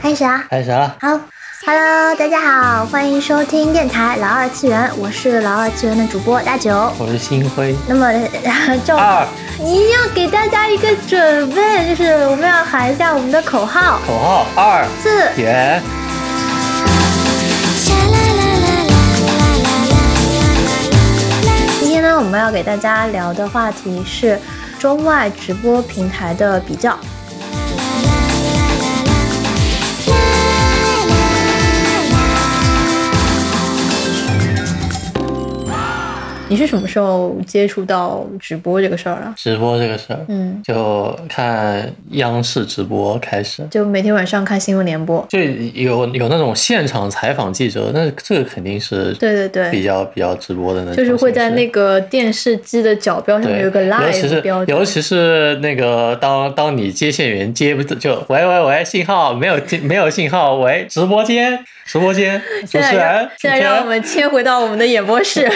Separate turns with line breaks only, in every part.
开始啊！
开始了，
好，Hello，大家好，欢迎收听电台老二次元，我是老二次元的主播大九。
我是星辉
那么， 就
二
你要给大家一个准备，就是我们要喊一下我们的口号，
口号二
是
点，
今天呢，我们要给大家聊的话题是中外直播平台的比较。你是什么时候接触到直播这个事儿啊？
直播这个事儿，
嗯，
就看央视直播开始，
就每天晚上看新闻联播。
就有有那种现场采访记者，那这个肯定是
对对对
比较比较直播的那种
就
形式，
是会在那个电视机的角标上面
对，
有一个
尤其
live
是
标志，
尤其是那个当当你接线员接不就喂喂喂信号没有没有信号喂直播间直播间主
现在
持人
让
主持
现在让我
人，
们切回到我们的演播室，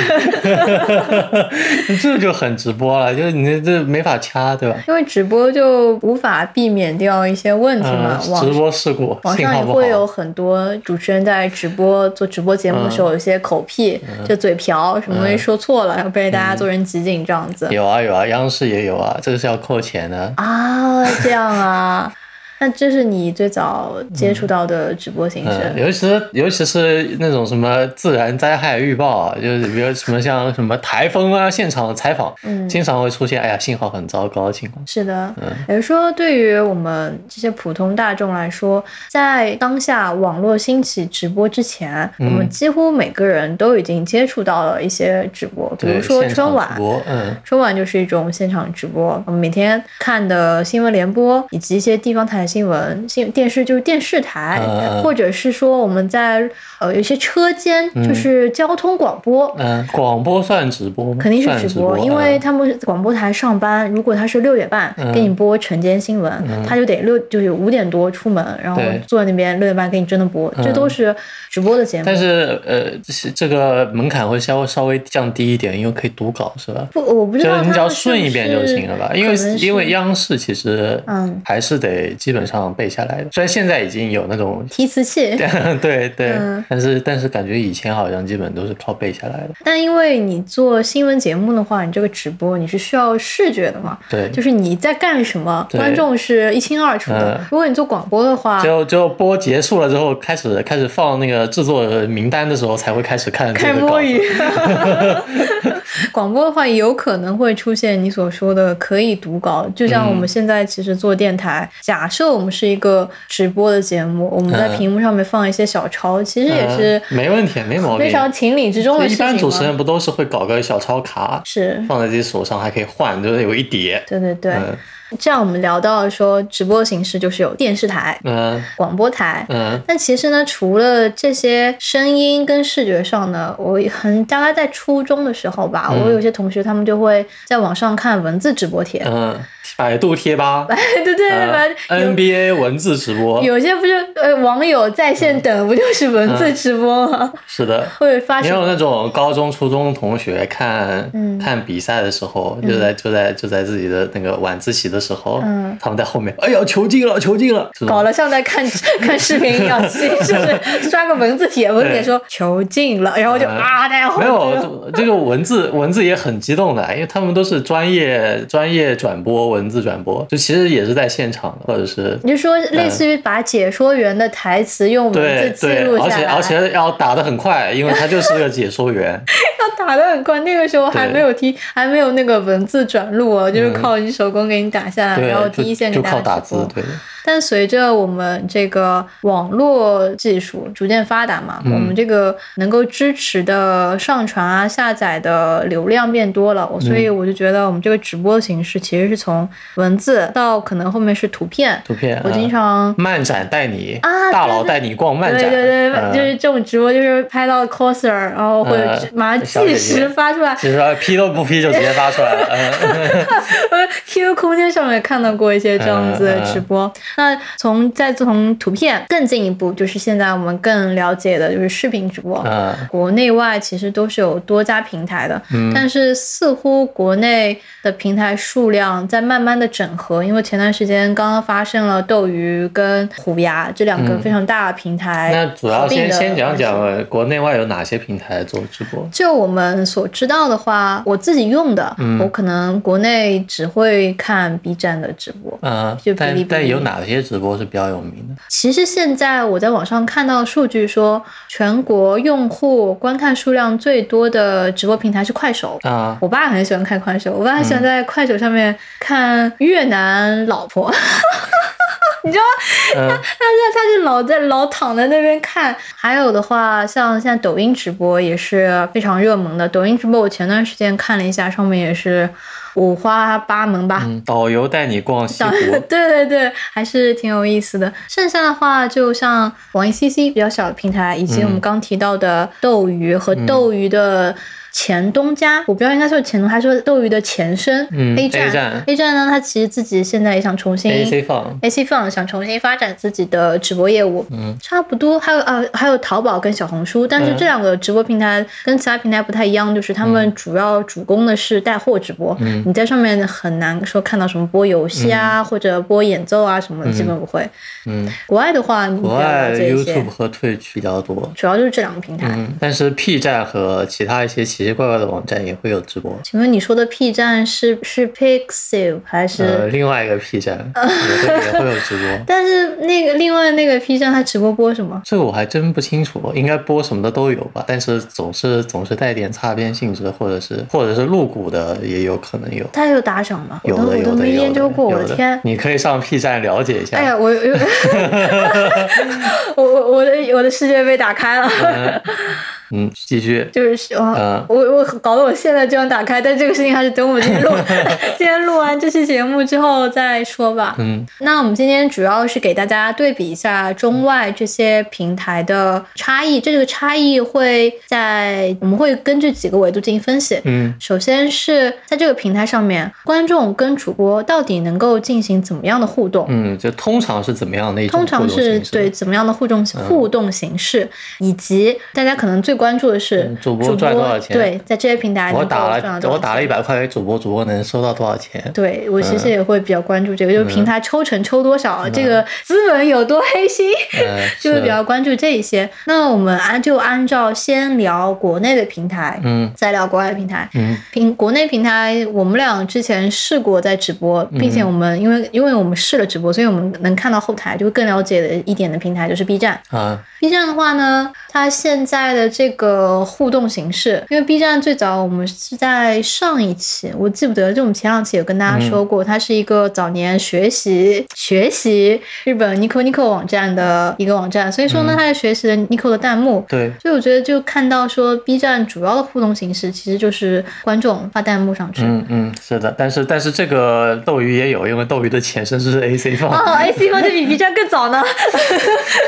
这就很直播了，就是你这没法掐对吧？
因为直播就无法避免掉一些问题嘛
嗯，。
网
直播事故
网
信
上
号
也
不
会有
好，
很多主持人在直播做直播节目的
嗯
时候，有一些口癖，就嘴瓢，什么东西说错了，然后被大家做成集锦这样子。
嗯有啊有啊，央视也有啊，这个是要扣钱的。
啊，这样啊， 那这是你最早接触到的直播形
嗯，
式。
尤其是尤其是那种什么自然灾害预报啊，就是比如什么像什么台风啊，现场采访，
嗯
经常会出现，哎呀，信号很糟糕的情况。
是的，
嗯
也就是说，对于我们这些普通大众来说，在当下网络兴起直播之前，我
嗯
们几乎每个人都已经接触到了一些直播，比
对
如说
现场
春晚
直，播，嗯，
春晚就是一种现场直播，我们每天看的新闻联播，以及一些地方台的新闻，新电视就是电视台，
嗯嗯嗯
或者是说我们在呃有一些车间，就是交通广播。
嗯，广播算直播吗？
肯定是
算
直
直
播，因为
嗯
他们广播台上班，如果他是六点半给你播晨间新闻，他就得六就是五点多出门，然后
嗯对嗯
坐在那边六点半给你真的播，这都是直播的节目。
但是呃，这是这个门槛会稍微稍微降低一点，因为可以读稿是吧？
不，我不知
就
道
是你只
他
要
们是不
顺
是
一遍就行了吧？因
可
为
能是
因为央视其实
嗯
还是得基本上背下来的，虽然现在已经有那种
提词器，
对对
嗯，
但是但是感觉以前好像基本都是靠背下来的。
但因为你做新闻节目的话，你这个直播你是需要视觉的嘛，
对，
就是你在干什么，
对
观众是一清二楚的。
嗯
如果你做广播的话，
就就播结束了之后，开始开始放那个制作名单的时候，才会开始看这
开始
个稿
摸
子。
鱼。广播的话，有可能会出现你所说的可以读稿，就像我
嗯
们现在其实做电台，假设我们是一个直播的节目，我们在
嗯
屏幕上面放一些小抄，其实也
嗯
是
没问题，没毛病。
非常情理之中的
一
事
般
情
主持
嘛。
人不都是会搞个小抄卡，
是，
放在自己手上还可以换，就是有一叠。
对对对。
嗯
这样我们聊到说，直播形式就是有电视台、
嗯
广播台。
嗯
但其实呢，除了这些声音跟视觉上呢，我很大概在初中的时候吧，
嗯
我有些同学他们就会在网上看文字直播帖，
嗯，百度贴吧、
对 对对，反
嗯
正有
NBA 文字直播，
有些不就呃网友在
嗯
线等，不就是文字直播吗？
是的。
会发
也
现
嗯有那种高中、初中同学看、
嗯
看比赛的时候，就在就在就在自己的那个晚自习的时候，
嗯
他们在后面，哎呀，球进了，球进了，这种
搞了像在看看视频一样， 其实是刷个文字帖，文字帖说球进了，然后就
嗯
啊，大家好
没有，这个文字文字也很激动的，因为他们都是专业专业转播文字转播，就其实也是在现场的，或者是
你就说类似于把解说员的台词用
对
文字记
对
录，
而
下
且
来，
而且要打得很快，因为他就是个解说 员，
要打得很快。那个时候还
对嗯
没有踢，还没有那个文字转录哦，就是靠你手工给你打下来，
对
啊然后，
就
第一线给
就
大家
靠打
直播
字，对，
但随着我们这个网络技术逐渐发达嘛，
嗯
我们这个能够支持的上传啊、下载的流量变多
嗯
了，我所以我就觉得我们这个直播形式其实是从文字到可能后面是图片。
图片。
我经
嗯
常。
漫展带你
啊
大
对
佬
对
带你逛漫
对
展，
对对，
嗯
就是这种直播，就是拍到 coser，然后或者
嗯
直马上
小姐
即
姐
时发出来。
其实啊批都不批就直接 发出来了，嗯
我 QQ 空间上面看到过一些这样子的
嗯嗯嗯
直播，那从再从图片更进一步，就是现在我们更了解的就是视频直播，
嗯
国内外其实都是有多家平台的，
嗯
但是似乎国内的平台数量在慢慢的整合，因为前段时间刚刚发生了斗鱼跟虎牙这两个
嗯
非常大的平台、
那主要先先讲讲
吧。
呃国内外有哪些平台做直播？
就我们所知道的话，我自己用的，
嗯
我可能国内只会看 B 站的直播。
嗯
就，哔哩哔
但
哩
但有哪些直播是比较有名的？
其实现在我在网上看到数据说，全国用户观看数量最多的直播平台是快手。
啊，
我爸很喜欢看快手，我爸很喜欢在快手上面看越南老婆，
嗯
他在他就老在老躺在那边看。还有的话，像现在抖音直播也是非常热门的。抖音直播我前段时间看了一下，上面也是五花八门吧，，
嗯，导游带你逛西湖
对 对对，还是挺有意思的。剩下的话，就像网易 CC 比较小的平台，以及我们刚提到的斗鱼和斗鱼的前东家，我不知道应该说前东，还是说斗鱼的前身、
嗯
A
A 站
A 站呢，它其实自己现在也想重新
AC 放，
AC Fun 想重新发展自己的直播业务，
嗯，
差不多。还有呃，还有淘宝跟小红书，但是
嗯
这两个直播平台跟其他平台不太一样，就是他们主要主攻的是带货直播，
嗯
你在上面很难说看到什么播游戏啊、或者播演奏啊什么的，基本不会。
嗯，
国外的话，你比较
国
了
外
解一些
YouTube，和 Twitch 比较多。
主要就是这两个平台。
嗯，但是 P 站和其他一些奇奇怪怪的网站也会有直播。
请问你说的 P 站是是 Pixiv 还是？，
呃，另外一个 P 站也会也会有直播
但是那个另外那个 P 站它直播播什么？
这个我还真不清楚，应该播什么的都有吧，但是总是总是带点擦边性质，或者是或者是露骨的也有可能有。
它有打赏吗？我
有
都
的
我
有
都
的
没
有
研究过，我
有
的天！
你可以上 P 站了解一下。
哎呀， 我有，我我我的我的世界被打开了，
嗯嗯，继续。
就是啊，
嗯
我我搞得我现在就想打开，但这个事情还是等我们今 天录 今天录完这期节目之后再说吧。
嗯
那我们今天主要是给大家对比一下中外这些平台的差异，这个差异会在我们会根据几个维度进行分析。
嗯
首先是在这个平台上面，观众跟主播到底能够进行怎么样的互动？
嗯，就通常是怎么样的一种
通常
互动
是
形式嗯
对怎么样的互动互动形式，以及大家可能最关注的是
嗯主播赚多少钱
对，在这些平台
我
能够
打
赚到
了
多少
我打了一
钱。
百块给主播，主播能收到多少钱？
对我其实也会比较关注这个，
嗯
就是平台抽成抽多少，这个资本有多黑心，
嗯，
就会比
是
较关注这一些。那我们按就按照先聊国内的平台，
嗯
再聊国外的平台。
嗯
平国内平台，我们俩之前试过在直播，
嗯
并且我们因为因为我们试了直播，所以我们能看到后台，就会更了解的一点的平台就是 B 站。
啊
B 站的话呢，它现在的这个互动形式，因为 B 站最早我们是在上一期，我记不得，就我们前两期有跟大家
嗯
说过，它是一个早年学习学习日本 Nico Nico 网站的一个网站，所以说呢，它是学习了 Nico 的弹幕。
嗯对，
所以我觉得，就看到说 B 站主要的互动形式，其实就是观众发弹幕上去。
嗯嗯是的，但是但是这个斗鱼也有，因为斗鱼的前身是 AC 放。
哦，AC 方就比 B 站更早呢，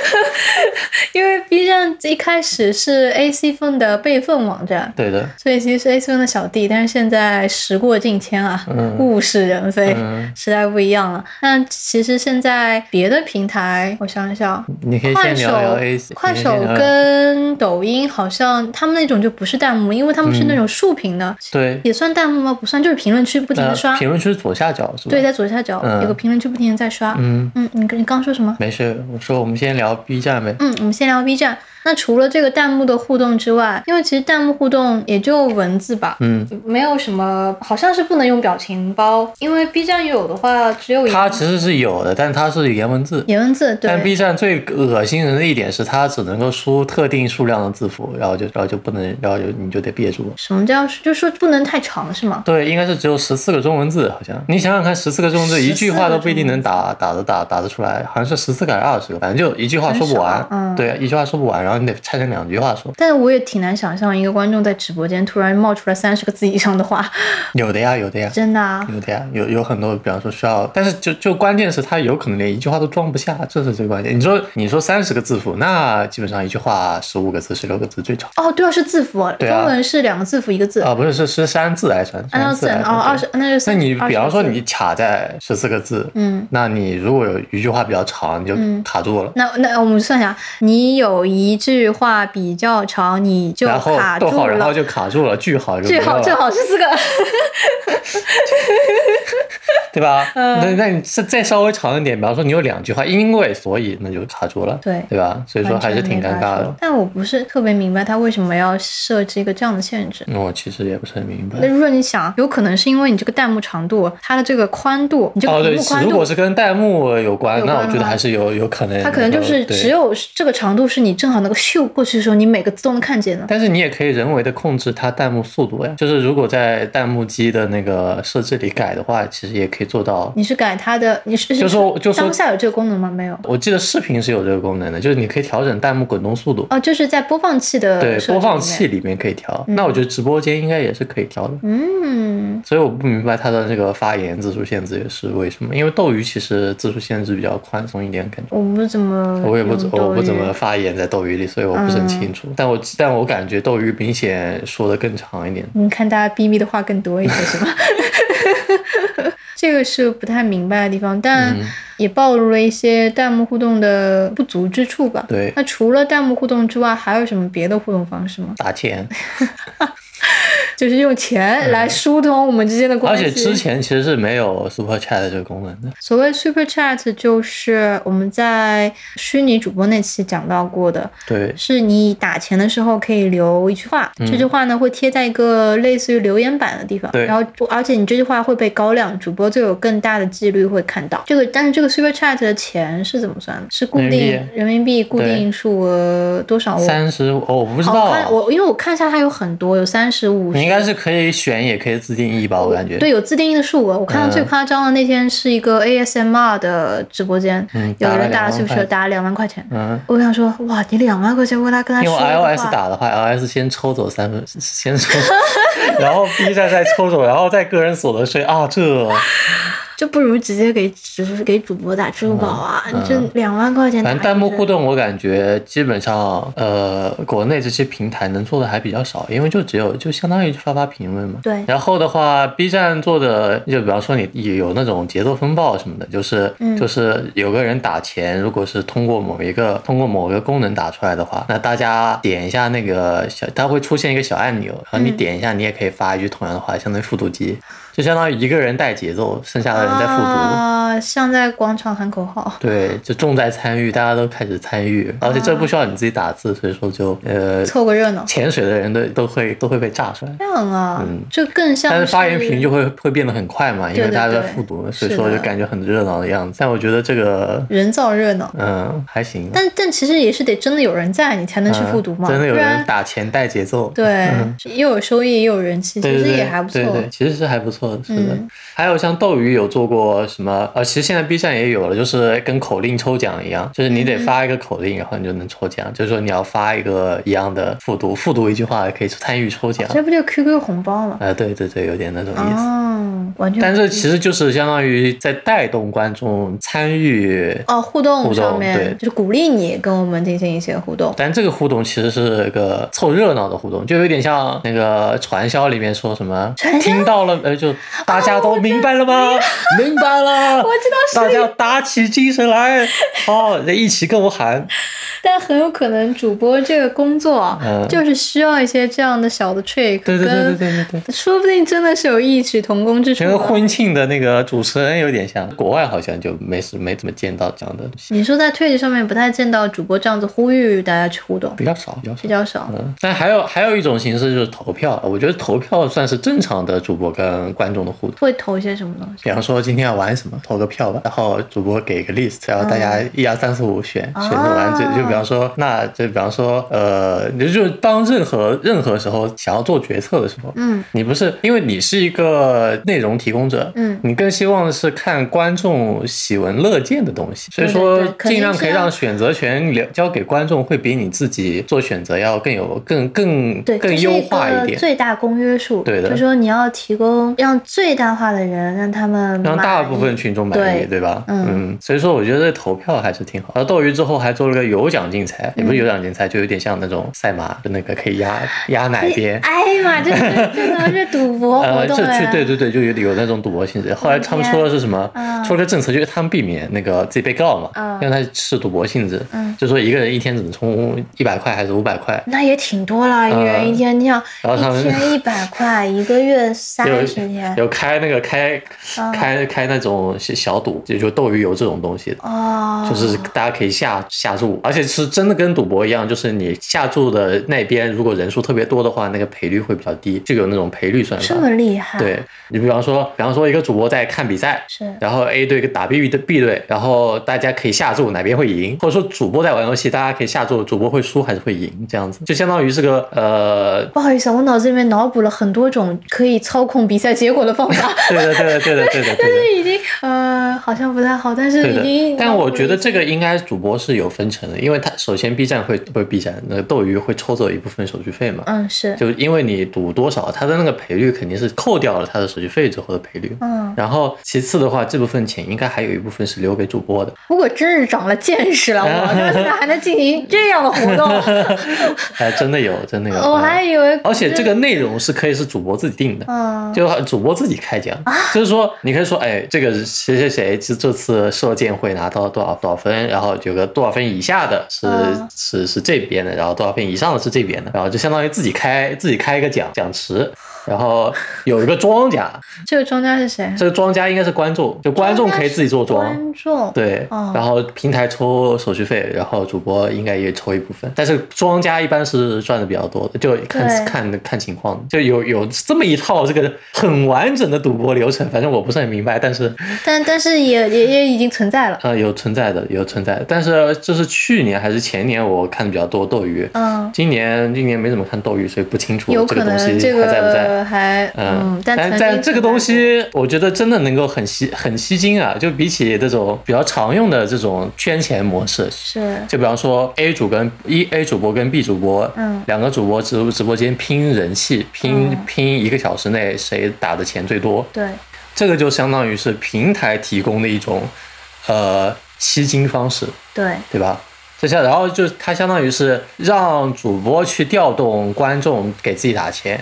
因为 B 站一开始是 AC 方的备份网站，
对的，
所以其实是 AC 方的小弟，但是现在时过境迁啊，
嗯
物是人非，
嗯
时代不一样了。但其实现在别的平台，我想一想，
你可以
快
先
手
聊聊 AC，
快
你可以先
手
聊聊
跟抖音好像他们那种就不是弹幕，因为他们是那
嗯
种竖屏的，
对
也算弹幕吗？不算，就是评论区不停
呃
的刷。
评论区左下角是吧？
对，在左下角、
嗯
有个评论区，不停的在刷。
嗯，
嗯，你你刚说什么？
没事，我说我们先聊 B 站呗。
嗯，我们先聊 B 站。那除了这个弹幕的互动之外，因为其实弹幕互动也就文字吧，
嗯，
没有什么，好像是不能用表情包，因为 B 站有的话只有
它
颜
其实是有的，但它是颜文字。
颜文字，
但
对
B 站最恶心人的一点是，它只能够输特定数量的字符，然后就然后就不能，然后就你就得憋住。
什么叫就是说不能太长是吗？
对，应该是只有十四个中文字，好像你想想看，十四个中文字，一句话都不一定能打打得打打得出来，好像是十四个还是二十个，反正就一句话说不完。
很少嗯
对，个一句话说不完，然后你得拆成两句话说。
但是我也挺难想象一个观众在直播间突然冒出来三十个字以上的话，
有的呀，有的呀，
真的啊，
有的呀，有有很多，比方说需要，但是就就关键是他有可能连一句话都装不下，这是最关键。你说你说三十个字符，那基本上一句话十五个字、十六个字最长
哦，对啊，是字符，
对啊
中文是两个字符一个字，
啊，不是是是删字来算，
按照
删
字
字来
哦，
算。
二
对
十，那就
那
三
你比方说，
20
你卡在十四个字，
嗯，
那你如果有一句话比较长，你就卡住了，
那那我们算一下，你有一句话比较长，你就
然后
卡
逗
住
号，然后
了。
就卡住了，句号就没
最
有
好
了，
最好是 四个，
对吧？
嗯
那那你再再稍微长一点，比方说你有两句话，因为所以那就卡住了，
对
对吧？所以说还是挺尴尬
完全没法
的
说。但我不是特别明白他为什么要设置一个这样的限制。
那我其实也不是很明白
那。如果你想，啊有可能是因为你这个弹幕长度，它的这个宽度，你这
哦，
个
对
屏幕，宽
如
度，
果是跟弹幕有关，
有关
那我
的
觉得
话
还是有有可能能够。
它可能就是
对
只有这个长度是你正好能够秀过去的时候，你每个字都能看见的。
但是你也可以人为的控制它弹幕速度呀，就是如果在弹幕机的那个设置里改的话，其实也可以做到。
你是改它的，你是
就说就说
当下有这个功能吗？没有。
我记得视频是有这个功能的，就是你可以调整弹幕滚动速度，
哦，就是在播放器的
对，
设置
播放
里面
器。里面可以调。那我觉得直播间应该也是可以调的。
嗯，
所以我不明白它的这个发言字数限制也是为什么，因为斗鱼其实字数限制比较宽松一点，感觉。
我不怎么，
我也不怎我不怎么。发言在斗鱼里，所以我不是很
嗯
清楚。但我但我感觉斗鱼明显说的更长一点。
你看大家逼逼的话更多一些是吗？ 这个是不太明白的地方，但
嗯
也暴露了一些弹幕互动的不足之处吧。
对
那除了弹幕互动之外，还有什么别的互动方式吗？
打钱，
就是用钱来疏通我们之间的
而
关系。
且之前其实是没有 Super Chat 这个功能的。
所谓 Super Chat，就是我们在虚拟主播那期讲到过的，
对，
是你打钱的时候可以留一句话，这句话呢会贴在一个类似于留言板的地方，
嗯对
然后而且你这句话会被高亮主播就有更大的几率会看到这个。但是这个 Super Chat 的钱是怎么算的？是固
人民币
定人民币固定数额多少？我
三十哦，我不知
好看
道，
我因为我看一下它有很多，有三十五
你应该是可以选，也可以自定义吧，我感觉。
对，有自定义的数额。我看到最
嗯
夸张的那天是一个 ASMR 的直播间，
嗯
有
打了
人打
两万
了 Super
块
Chat 打了两万块钱。
嗯，
我想说，哇，你两万块钱，我他跟他
因
说
为
的话
iOS 打的话，iOS 先抽走三分，先抽， 然后 B 站再抽走，然后再个人所得税啊，这
就不如直接给只给主播打支付宝啊，
嗯
这两万块钱打
反
一
正
个
弹幕互动，我感觉基本上，呃，国内这些平台能做的还比较少，因为就只有就相当于发发评论嘛。
对
然后的话，B 站做的，就比方说你有那种节奏风暴什么的，就是、
嗯
就是有个人打钱，如果是通过某一个通过某个功能打出来的话，那大家点一下那个小，它会出现一个小按钮，然后你
嗯
点一下，你也可以发一句同样的话，相当于复读机，就相当于一个人带节奏，剩下的人在复读。
啊，像在广场喊口号。
对，就重在参与，大家都开始参与，而且这不需要你自己打字，
嗯
所以说就呃，
凑个热闹
潜水的人都都会都会被炸出来，
这样啊，
嗯
这更像
但是发言屏就会会变得很快嘛，因为
对对
大家在
对
复读，
是
所以说
的
就感觉很热闹的样子。但我觉得这个
人造热闹。
嗯还行，
但但其实也是得真的有人在，你才能去复读嘛，
嗯真的有
不
人
然
打钱带节奏，
对，又有收益也有人气，
对
其
对
实
对，
也还不错。
对对，其实是还不错的，是的。
嗯
还有像斗鱼有做过什么？呃，其实现在 B 站也有了，就是跟口令抽奖一样，就是你得
嗯
发一个口令，然后你就能抽奖。就是说你要发一个一样的复读，复读一句话可以参与抽奖。
哦这不就 QQ 红包吗？
呃，对对对，有点那种意思。
哦，完
嗯
全。
但这其实就是相当于在带动观众参与。
哦，互动
互动
上面
对
就是鼓励你跟我们进行一些互动。
但这个互动其实是个凑热闹的互动，就有点像那个传销里面说什么
传销
听到了，呃，就大家都明白了吗？ 明白了，我
知
道，大家打起精神 来，好，一起跟我喊，
但很有可能主播这个工作啊
嗯
就是需要一些这样的小的 trick，
对对对对对
跟
对对。
说不定真的是有异曲同工之处
这跟
的。
婚庆的那个主持人有点像，国外好像就没什没怎么见到这样的东西，
你说在 Twitch 上面不太见到主播这样子呼吁大家去互动，
比较少，比较少
比。较少。
嗯，但还有还有一种形式就是投票，我觉得投票算是正常的主播跟观众的互动。
会投一些什么东西？
比方说今天要
嗯哦
玩什么，投个票吧，然后主播给一个 list，然后大家一二三四五选，选择完就就比方说，那就比方说，呃，你就是当任何任何时候想要做决策的时候，
嗯
你不是因为你是一个内容提供者，
嗯，
你更希望是看观众喜闻乐见的东西，所以说
对对对
尽量可以
肯定是要
让选择权留交给观众，会比你自己做选择要更有更更
对，
更
这是
优化
一
一
个
点。
最大公约数，
对的
就是说你要提供让最大化的人让他们
让大部
满
分
意
群众满意，
对
对吧？
嗯
所以说我觉得这投票还是挺好。然呃后斗鱼之后还做了个有奖竞猜，也不
嗯
是有奖竞猜，就有点像那种赛马，就那个可以压压哪边。
哎呀妈，这这这怎么是赌博活
呃，这
动啊哎
去
呀？
对对对，就有有那种赌博性质。后来他们出了是什么
嗯？
出了个政策，就是他们避免那个自己被告嘛
嗯，
因为他是赌博性质
嗯，
就说一个人一天只能充一百块还是五百块，
那也挺多了，一人
嗯
一天，你想
然后他们
一天一百块，一个月三
有
十天，
有开那个开
嗯
开开那种小小赌，就就斗鱼有这种东西的。
哦，
就是大家可以下下注，而且是真的跟赌博一样，就是你下注的那边如果人数特别多的话，那个赔率会比较低，就有那种赔率算
这
法。
么厉害，
对你比方说，比方说一个主播在看比赛，
是
然后 A 队打 B 队 B 队，然后大家可以下注哪边会赢，或者说主播在玩游戏，大家可以下注主播会输还是会赢，这样子就相当于是个呃。
不好意思，我脑子里面脑补了很多种可以操控比赛结果的方法，
对的，对的，对的，对的， 对的。
这已经呃好像不太好，但是
对
已经
的，，但我觉得这
个
个应该主播是有分成的，因为他首先 B 站会不是 B 站那个斗鱼会抽走一部分手续费嘛，
嗯是
就因为你赌多少，它的那个赔率肯定是扣掉了它的手续费之后的赔率。
嗯，
然后其次的话，这部分钱应该还有一部分是留给主播 的。
不过真是长了见识 了，我到现在还能进行这样的活动，
哎，真的有，真的有。
我还
嗯
以为
而且这个内容是可以是主播自己定的。
嗯啊
就主播自己开奖，就是说，你可以说，哎，这个谁谁谁这这次射箭会拿到多少多少分，然后有个多少分以下的是、
嗯
是是这边的，然后多少分以上的是这边的，然后就相当于自己开自己开一个奖奖池，然后有一个庄家，
这个庄家是谁？
这个庄家应该是观众，就观众可以自己做庄。
观众
对，
哦
然后平台抽手续费，然后主播应该也抽一部分，但是庄家一般是赚的比较多的，就
对
看看看情况，就有有这么一套这个很完整的赌博流程，反正我不是很明白，但是
但但是也也也已经存在了，
呃有存在的有存在的，但是这是去年还是前年我看的比较多斗鱼，
嗯，
今年今年没怎么看斗鱼，所以不清楚
有
这
可
个东西
能这
还在不在。
个还嗯，但曾经
但这个
存在
东
过
西，我觉得真的能够很吸很吸睛啊！就比起这种比较常用的这种圈钱模式，
是
就比方说 A 主跟一 A 主播跟 B 主播，
嗯
两个主播直直播间拼人气，拼、
嗯
拼一个小时内谁打的钱最多，
对，
这个就相当于是平台提供的一种，呃，吸金方式。
对，
对吧？这下，然后就它相当于是让主播去调动观众给自己打钱，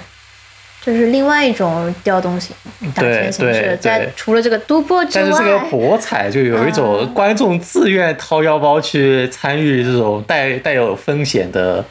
就是另外一种调动型打
对
钱形
对
式
对，
在除了这个赌博之
但是这个
外，嗯
博彩就有一种观众自愿掏腰包去参与这种带带有风险的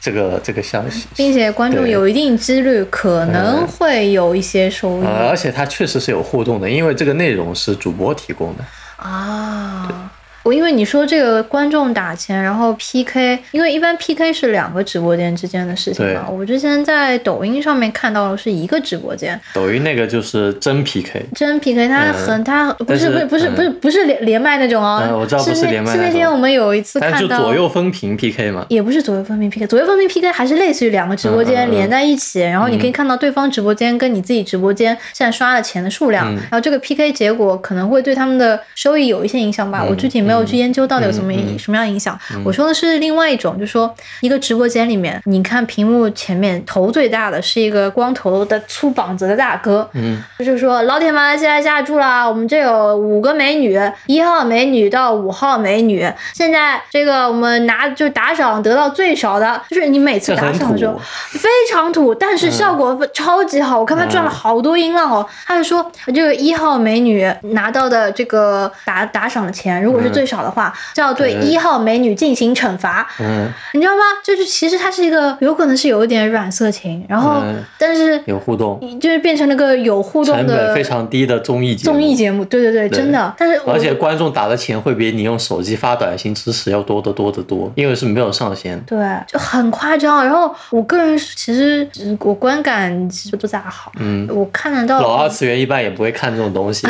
这个这个项，
并且观众
对嗯
有一定几率可能会有一些收益
呃，而且它确实是有互动的，因为这个内容是主播提供的。
啊。我因为你说这个观众打钱，然后 PK，因为一般 PK 是两个直播间之间的事情嘛。
对
我之前在抖音上面看到的是一个直播间，
抖音那个就是真 PK，
真 PK，它
嗯
很它不
但
是
是
不是不是
嗯
不是不是连连麦那种哦，
嗯我知道不是
那
连麦
是
那
那天
种
我们有一次看
但是
到
就左右分屏 PK 嘛。
也不是左右分屏 PK，左右分屏 PK 还是类似于两个直播间
嗯嗯嗯
连在一起，然后你可以看到对方直播间跟你自己直播间现在刷的钱的数
嗯
量，然后这个 PK 结果可能会对他们的收益有一些影响吧。我具体没有去研究到底有什么、
嗯嗯嗯
什么样的影响。我说的是另外一种，就是说一个直播间里面，你看屏幕前面头最大的是一个光头的粗膀子的大哥，
嗯，
就是说老铁们，现在下注啦！我们这有五个美女，一号美女到五号美女。现在这个我们拿就打赏得到最少的，就是你每次
这
打
很
赏的时候
土
非常土，但是效果超级好。我看他赚了好多音浪
嗯
哦。他就说，这个一号美女拿到的这个打打赏的钱，如果是最少的话，就要对
嗯
一号美女进行惩罚。
嗯，
你知道吗？就是其实它是一个有可能是有一点软色情，然后、
嗯
但是。
有互动，
就是变成了个有互动
成
的
本非常低的综艺节目。
综艺节目，对对对，
对
真的。但是我
而且观众打的钱会比你用手机发短信支持要多得多得多，因为是没有上限的。
对就很夸张。然后我个人其实嗯我观感其实不咋好，
嗯，
我看得到
老二次元一般也不会看这种东西。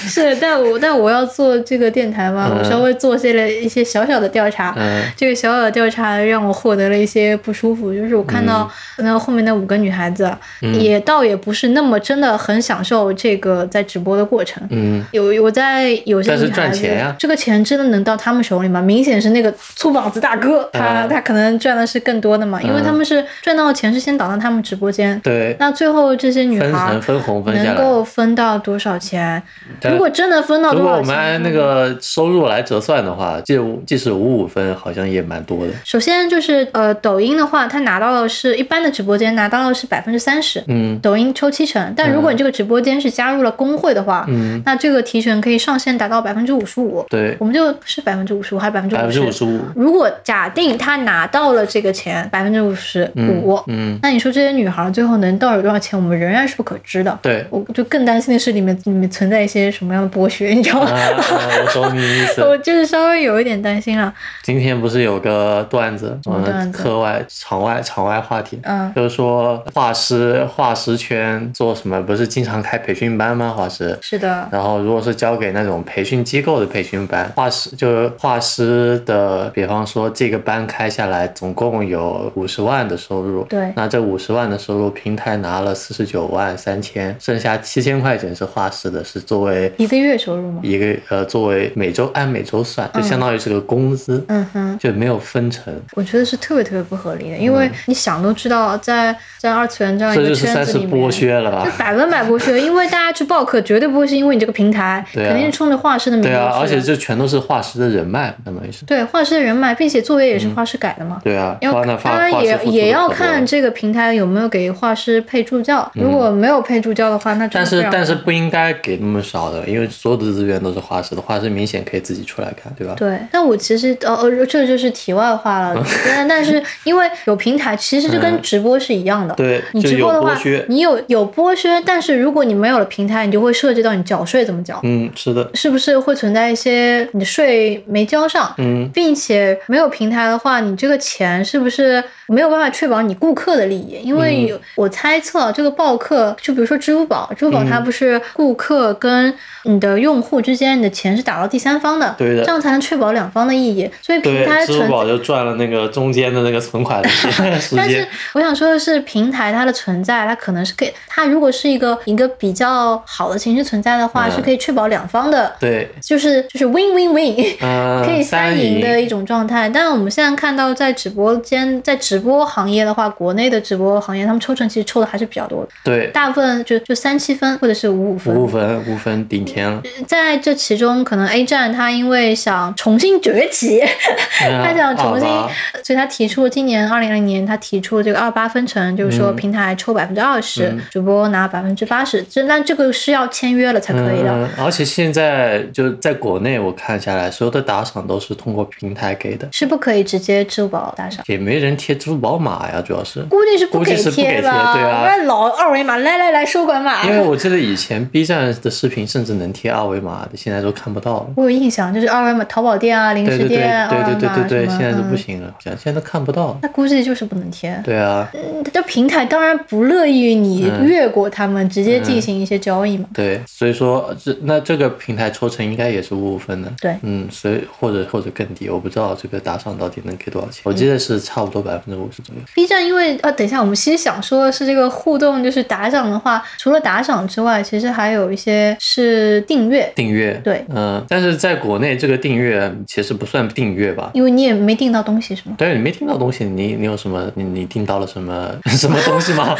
是，但我但我要做这个电台嘛，我稍微做些了一些小小的调查。
嗯
这个小小的调查让我获得了一些不舒服，就是我看到
嗯
那后面那五个女孩子，也倒也不是那么真的很享受这个在直播的过程。
嗯，
有我在有些
但是
女孩
赚
子
钱呀
这个钱真的能到他们手里吗？明显是那个粗膀子大哥，他、
嗯
他可能赚的是更多的嘛，因为他们是赚到的钱是先打到他们直播间，
啊对，
那最后这些女
分
孩
成分红分下
能
来。
够分到多少钱？
但
如果真的分到
如
多
果
少
我们按
钱？
那个收入来折算的话，即即使五五分，好像也蛮多的。
首先就是呃，抖音的话，它拿到的是一般的直播间拿到的是百分之三十，
嗯
抖音抽七成。但如果你这个直播间是加入了工会的话，
嗯，
那这个提成可以上限达到百分之五十五。
对，
我们就是百分之五十五还是百分之
百分之五
五十？
十五。
如果假定他拿到了这个钱百分之五十五，
嗯，
那你说这些女孩最后能到手多少钱，我们仍然是不可知的。
对。
我就更担心的是里面里面存在一些什么样的剥削，你知道
啊，
吗？
啊我懂你意思。
我就是稍微有一点担心啊了。
今天不是有个段子，
什么段
嗯，
子
课外场外场外话题，
嗯
就是说画师画师圈做什么，不是经常开培训班吗？画师。
是的，
然后，如果是交给那种培训机构的培训班，画师就是画师的，比方说这个班开下来总共有五十万的收入，
对
那这五十万的收入，平台拿了四十九万三千，剩下七千块钱是画师的，是作为
一个月收入吗？
一个呃作为每周按每周算，就相当于是个工资，
嗯哼。
就没有分成，
我觉得是特别特别不合理的，因为你想都知道，在在二次元这样
嗯这
一
就
个
是
圈
算
子
是
里面，
剥
就
削啊了吧？
百分百剥削，因为大家去报课绝对不会是因为你这个平台，
对啊
肯定是冲着画师的名义
对
去的。
啊，而且这全都是画师的人脉，相当于是。
对画师的人脉，并且作业也是画师改的嘛。
嗯对啊，
因
画那
为
画
当然
画师
也
付出
也
的可
要
多了
看这个平台有没有给画师配助教，如
嗯
果没有配助教的话，那真
但
的非
是
常
但是不应该给那么少的，因为所有的资源都是画师的，画师明显可以自己出来看，对吧？
对，啊但我其实呃呃，这就是题外话
嗯
了。 但但是因为有平台，其实就跟直播是一样的。
对
你
就
直
有
播的
剥
话
削，
你有有剥削，但是如果你没有了平台，你就会涉及到你缴税怎么缴，
嗯，是的，
是不是会存在一些你的税没交上，
嗯，
并且没有平台的话，你这个钱是不是没有办法确保你顾客的利益？因为
嗯
有我猜测这个报课，就比如说支付宝，支付宝它不是顾客跟你的用户之间，你的钱是打到第三方的，
对的
这样才能确保两方的意义。所以平
对
台，
支
存
付宝就赚了那个中间的那个存款的时
但是
间，
我想说的是，平台它的存在，它可能是给它如果是一个一个比较好的形式存在的话，
嗯
是可以确保两方的，
对，
就是就是 win win win，
嗯，
可以
三
三
赢
赢的一种状态。但我们现在看到，在直播间，在直播行业的话，国内的直播行业，他们抽成其实抽的还是比较多的，
对，
大部分就就三七分或者是五五分。
五分五分顶天了，
在这其中，可能 A 站它因为想重新崛起，
嗯
他想重新
好吧，
所以他提出今年二零二零年，他提出这个二八分成，就是
嗯
说平台抽百分之二十，主播拿百分之八十，这但这个是要签约了才可以的。
嗯，而且现在就在国内，我看下来，所有的打赏都是通过平台给的，
是不可以直接支付宝打赏，
也没人贴支付宝码呀，主要是。
估计是
估计
给
是不给贴
吧？
对啊
我说老二维码，来来来，收款码。
因为我记得以前 B 站的视频甚至能贴二维码的，现在都看不到了。
我有印象，就是二维码，淘宝店啊、零
对
食
对对
店啊
对对对对对，
二维码什么
现在都不
嗯
行了，现在都看不到。
那估计就是不能贴。
对啊，
这平台当然不乐意你
嗯
越过他们直接进行一些交易嘛。
对，所以说这那这个平台抽成应该也是五五分的。
对
嗯，所以或者或者更低，我不知道这个打赏到底能给多少钱，我
嗯
记得是差不多百分之五十左右。
B 站因为啊，等一下，我们其实想说的是这个互动，就是打赏的话，除了打赏之外，其实还有一些是订阅，
订阅，
对
嗯，但是在国内这个订阅其实不算订阅吧。
因为你也没订到东西是吗？
对，你没听到东西，你你有什么？你你订到了什么 什么东西吗？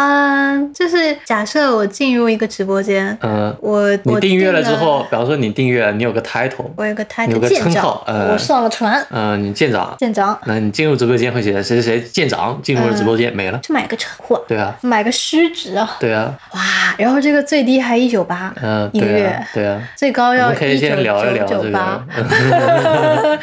嗯，就是假设我进入一个直播间，
嗯，
我
你
我
订阅了
了
之后，，比方说你订阅了，你有个 title，
我有个 title
有个
舰
称
长
号，呃
我上了船，
嗯、你舰长，
舰长
那你进入直播间会写谁谁谁舰长进入了直播间、没了，
去买个车库啊，
对啊，
买个虚值啊，
对啊，
哇，然后这个最低还一九八
嗯、
一个
对
月
啊，，对啊。
最高
我
要
们可以
一九
先聊一聊
九
这
九八
个，，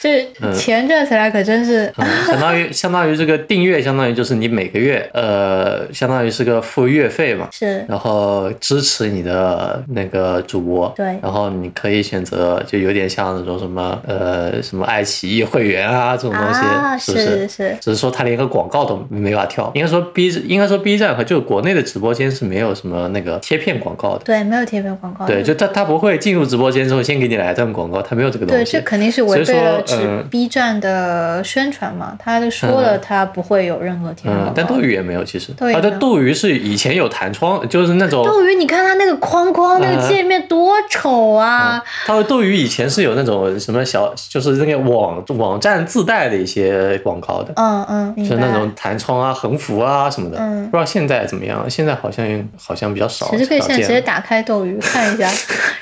这钱赚起来可真是、
嗯， 相当于相当于这个订阅，相当于就是你每个月呃，相当于是个付月费嘛，
是
然后支持你的那个主播，
对
然后你可以选择，就有点像那种什么呃什么爱奇艺会员啊这种东西，
啊，
是不
是是
只是说它连个广告都没法跳，应该说 B 应该说 B 站和就国内的直播间是没有什么那个贴片广告的，
对，没有贴片广告的，
对，就它它不会进入直播间之后先给你来一段广告，它没有这个东
对，
西。
这肯定是
所
违
以
背了
说
指
嗯
B 站的宣传嘛，他都说了他不会有任何贴
嗯，
片广告
但斗鱼也没有，其实
斗鱼
啊，
没有
但斗鱼是以前有弹窗，就是那种，
斗鱼，你看它那个框框，那个
嗯
界面多丑啊！
它斗鱼以前是有那种什么小，就是那个网网站自带的一些广告的，
嗯嗯，明
就是
白
那种弹窗啊、横幅啊什么的。
嗯
不知道现在怎么样，现在好像好像比较少。
其实可以现在直接
少见了
打开斗鱼 看一下，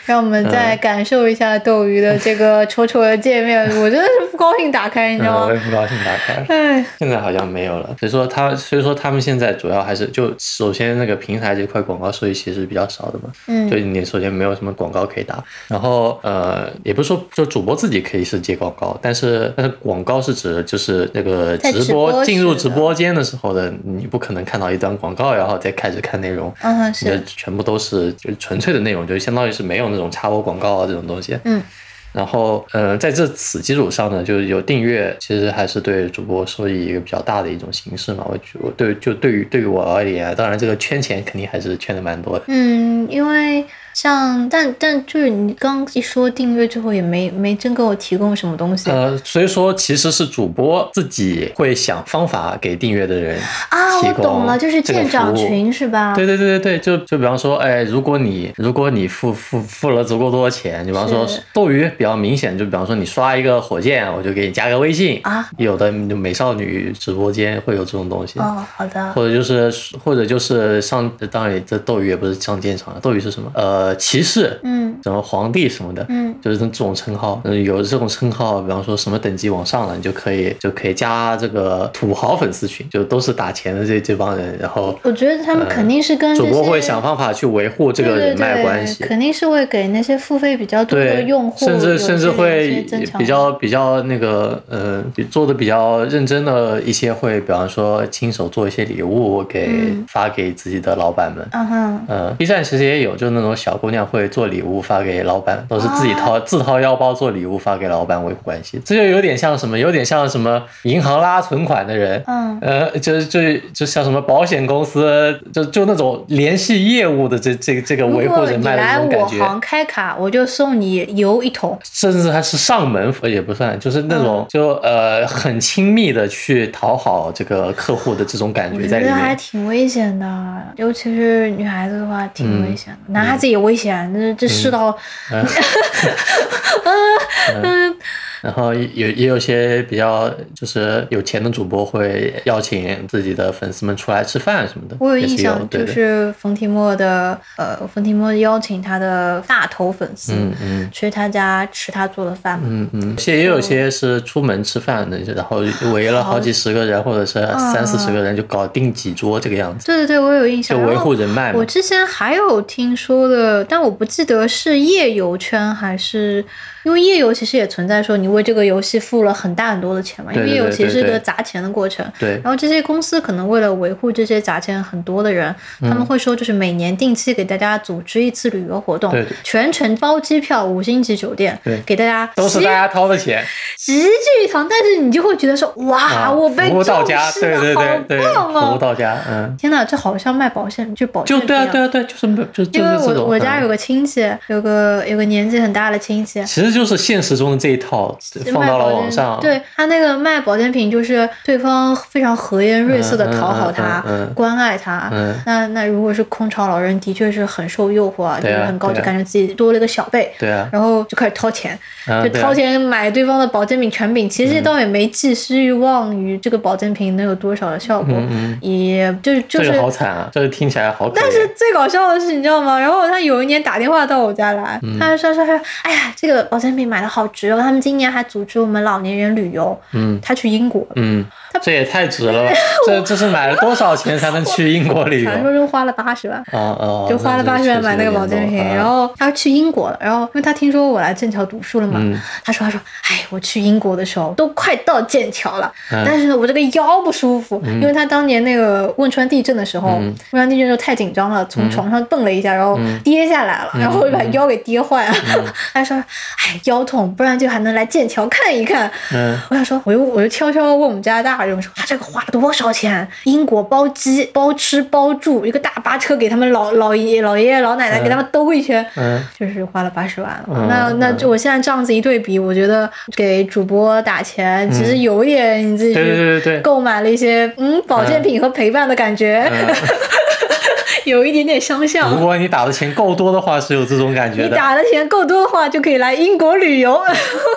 让我们
嗯
再感受一下斗鱼的这个丑丑的界面。我真的是不高兴打开，你知
嗯，
道
我也
吗？
不高兴打 开。
哎，
现在好像没有了，所以说他，所以说他们现在主要还是就首先那个平台这块广告收益其实比较少的嘛，就
嗯，
你首先没有什么广告可以打，然后呃，也不是说就主播自己可以是接广告，但是但是广告是指就是那个
在
直
直
播
播室
进入直
的
播间的时候的，你不可能看到一段广告然后再开始看内容，
嗯哼
你的
是，
全部都是就是纯粹的内容，就相当于是没有那种插播广告啊这种东西。
嗯。
然后，呃，在这此基础上呢，就是有订阅，其实还是对主播收益一个比较大的一种形式嘛。我觉我对就对于对于我而言啊，当然这个圈钱肯定还是圈的蛮多的。
嗯，因为像但但就是你刚一说订阅之后，也没没真给我提供什么东西
呃，所以说其实是主播自己会想方法给订阅的人
啊！
提
我
供
懂了，就是
这个
舰长
服务
群啊是吧？
对对对对对，就就比方说，哎，如果你如果你付付付了足够多的钱，就比方说
是
斗鱼比较明显，就比方说你刷一个火箭，我就给你加个微信
啊。
有的就美少女直播间会有这种东西，
哦，好的，
或者就是或者就是上，当然这斗鱼也不是上战场，斗鱼是什么？呃，骑士，
嗯
什么皇帝什么的，
嗯
就是这种称号。嗯，有这种称号，比方说什么等级往上了，你就可以就可以加这个土豪粉丝群，就都是打钱的这这帮人，然后。
我觉得他们肯定是跟这
呃主
些
播会想办法去维护这
对
个
对
人脉
对，
关系，
肯定是会给那些付费比较多的
对
用户有
甚
一
至
些，
甚至会
有一些增强
比较比较那个呃，比做的比较认真的一些会，比方说亲手做一些礼物给、
嗯
发给自己的老板们。
嗯哼，
嗯，B 站其实也有，就那种小姑娘会做礼物发给老板，都是自己
啊
掏、自掏腰包做礼物发给老板维护关系，这就有点像什么，有点像什么银行拉存款的人，
嗯
呃，就是就就像什么保险公司，就就那种联系业务的这这这个维
如
护
果
人
你
脉的
来
这种
我
感觉，
行开卡，我就送你油一桶。
甚至还是上门呃也不算，就是那
嗯
种、就呃很亲密的去讨好这个客户的这种感
我
觉
觉
在里
得还
面。
挺危险的，尤其是女孩子的话，挺
嗯
危险的。男孩子也危险，这这世道， 嗯
嗯然后也也也有些比较就是有钱的主播会邀请自己的粉丝们出来吃饭什么的，
我有
也
印
是有
象，
对
就
的。
是冯提莫的，呃，冯提莫邀请他的大头粉丝
嗯嗯
去他家吃他做的饭嘛。
嗯嗯，些也有些是出门吃饭的，然后围了好几十个人，或者是三四十个人，就搞定几桌这个样子，
对对对，我有印象。
就维
然后
护人脉嘛
我。之前还有听说的，但我不记得是页游圈还是，因为页游其实也存在说你为这个游戏付了很大很多的钱嘛，因为
对对
页游
对
其实是
对
个
对
砸钱的过程。
对
然后这些公司可能为了维护这些砸钱很多的人，
嗯
他们会说就是每年定期给大家组织一次旅游活动，
对对
全程包机票、五星级酒店
对，
给大家
都是
齐
大家掏的钱，
齐聚一堂。但是你就会觉得说哇，
啊
我被
服
重
务到
视了，
家，对对对对，
好棒啊！
服务到家，嗯，
天哪，这好像卖保险，就保
就
健
对啊
品
对啊对啊，就是就就
因为
是这
我
种。
我家
嗯
有个亲戚，有个有个年纪很大的亲戚，
其实就是现实中的这一 套放
卖
到了
保
网
健
上，
对他那个卖保健品，就是对方非常和颜悦色的
嗯嗯
讨好
嗯
他，
嗯嗯
关爱他。
嗯
那那如果是空巢老人，的确是很受诱惑啊，就
对啊
是很高级，
对啊
感觉自己多了一个小辈。
对啊，
然后就开始掏钱，
嗯
就
对啊嗯
掏钱买对方的保健品产品，其实倒也没寄希望于这个保健品能有多少的效果，
嗯
也就是就
这
是
个好惨啊，这个听起来好可怜。但
但是
嗯
最搞笑的是，你知道吗？然后他有一年打电话到我家来，他说说说，哎呀，这个保真品买的好值哦！他们今年还组织我们老年人旅游，
嗯
他去英国，
嗯，这也太值 了吧！这这是买了多少钱才能去英国旅游？
传说中花了八十万。
啊啊！
就花了八十万买那个保健品，然后他去英国了，然后因为他听说我来剑桥读书了嘛，
嗯
他说他说，哎，我去英国的时候都快到剑桥了，
嗯
但是呢，我这个腰不舒服，因为他当年那个汶川地震的时候，
嗯
汶川地震的时候太紧张了，从床上蹦了一下，然后
嗯
跌下来了，然后我就把腰给跌坏了。
嗯
他说，哎，腰痛，不然就还能来剑桥看一看。
嗯
我想说，我又我又悄悄地问我们家大人，我说他这个花多少钱？英国包机、包吃、包住，一个大巴车给他们老老爷老爷爷老奶奶给他们兜一圈，
嗯
就是花了八十万。
嗯
那那就我现在这样子一对比，我觉得给主播打钱，其实有一点你自己
嗯对对对 对对
购买了一些嗯保健品和陪伴的感觉，
嗯
有一点点相像。
如果你打的钱够多的话，是有这种感觉
你
的。
打的钱够多的话，就可以来英国旅游。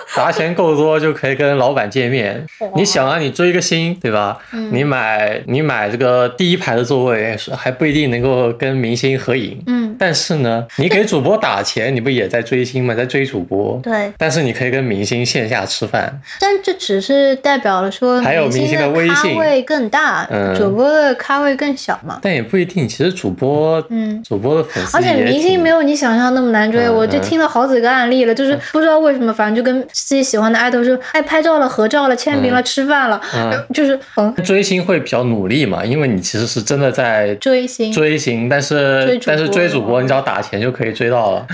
打钱够多就可以跟老板见面
哇。
你想啊，你追个星，对吧？
嗯
你买你买这个第一排的座位，还不一定能够跟明星合影。
嗯，
但是呢，你给主播打钱，你不也在追星吗？在追主播。
对，
但是你可以跟明星线下吃饭，
但这只是代表了说，
还有明星的微
咖
信
位更大，
嗯
主播的咖位更小嘛。
但也不一定。其实主播，
嗯
主播的粉丝
而且
也
明星
挺
没有你想象那么难追，
嗯
我就听了好几个案例了，就是不知道为什么，反正就跟自己喜欢的爱豆说，哎，拍照了、合照了、签名了、吃饭了，
嗯
呃就是嗯，
追星会比较努力嘛，因为你其实是真的在
追星。
追星，但
追
是
主播
但是追主播，你只要打钱就可以追到了。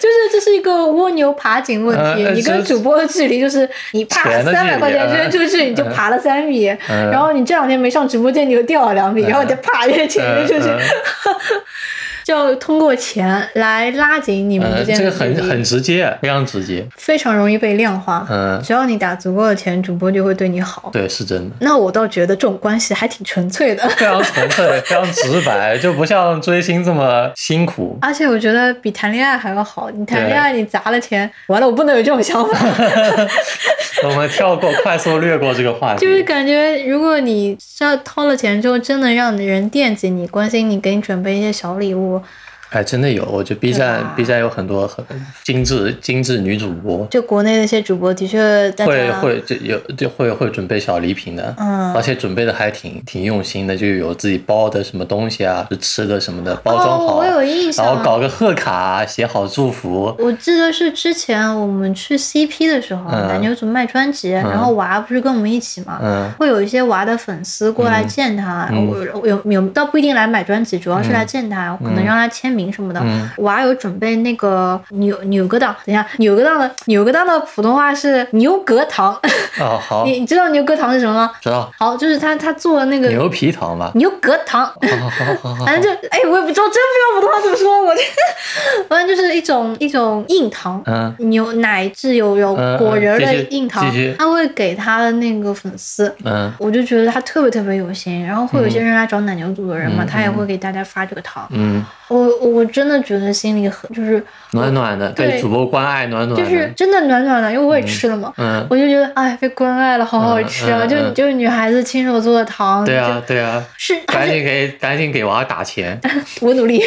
就是这是一个蜗牛爬井问题，
嗯呃
你跟
这
主播的距离就是你啪
钱的距
三
离
百块钱
嗯
扔出去，你就爬了三米，
嗯
然后你这两天没上直播间，你又掉了两米，然后你再啪扔钱扔出去，
嗯嗯
就通过钱来拉紧你们
呃，
之间
这
的
个
距离，
很很直接，非常直接。
非常容易被量化。
嗯，
只要你打足够的钱，主播就会对你好。
对，是真的，
那我倒觉得这种关系还挺纯粹的，
非常纯粹，非常直白，就不像追星这么辛苦。
而且我觉得比谈恋爱还要好。你谈
对
恋爱，你砸了钱，完了我不能有这种想法，
我们跳过，快速略过这个话题。
就是感觉如果你要掏了钱之后，真的让人惦记你、关心你，给你准备一些小礼物，
哎，真的有，我觉得 B
对啊吧
站 B 站有很多很精致精致女主播，
就国内的一些主播的确大
会
家
会就有就会会准备小礼品的，
啊嗯
而且准备的还挺挺用心的，就有自己包的什么东西啊，就吃的什么的，包装
哦，
好，啊
我有印
然后
象。
搞个贺卡，啊写好祝福，
我记得是之前我们去 CP 的时候，
嗯
奶牛组卖专辑，然后娃不是跟我们一起嘛，
嗯
会有一些娃的粉丝过来见他，
嗯
我我有有倒不一定来买专辑，主要是来见他，可能让他签名什么的。
嗯
娃有准备那个纽纽格党，等一下，纽格党的纽格党的普通话是牛格糖，
哦好，
你你知道牛格糖是什么吗？
知道
好，就是他他做了那个
牛皮糖吧，
牛格糖。
好好好好，
反正就哎，我也不知道，真不知道普通话怎么说。我这， 反正就是一种一种硬糖，
嗯
牛奶质有有
嗯嗯
果仁儿的
继续
硬糖
继续，
他会给他的那个粉丝，
嗯
我就觉得他特别特别有心，然后会有一些人来找奶牛组的人嘛，
嗯
他也会给大家发这个糖。
嗯，
我我真的觉得心里很就是
暖暖的，
对
对主播关爱暖暖
就
的，
是真的暖暖的，因为我也吃了嘛，
嗯，
我就觉得哎被关爱了，好好吃啊！
嗯嗯
就
嗯
就是女孩子亲手做的糖，
对啊对啊，
就是而
赶
且
紧给赶紧给娃打钱，
我努力，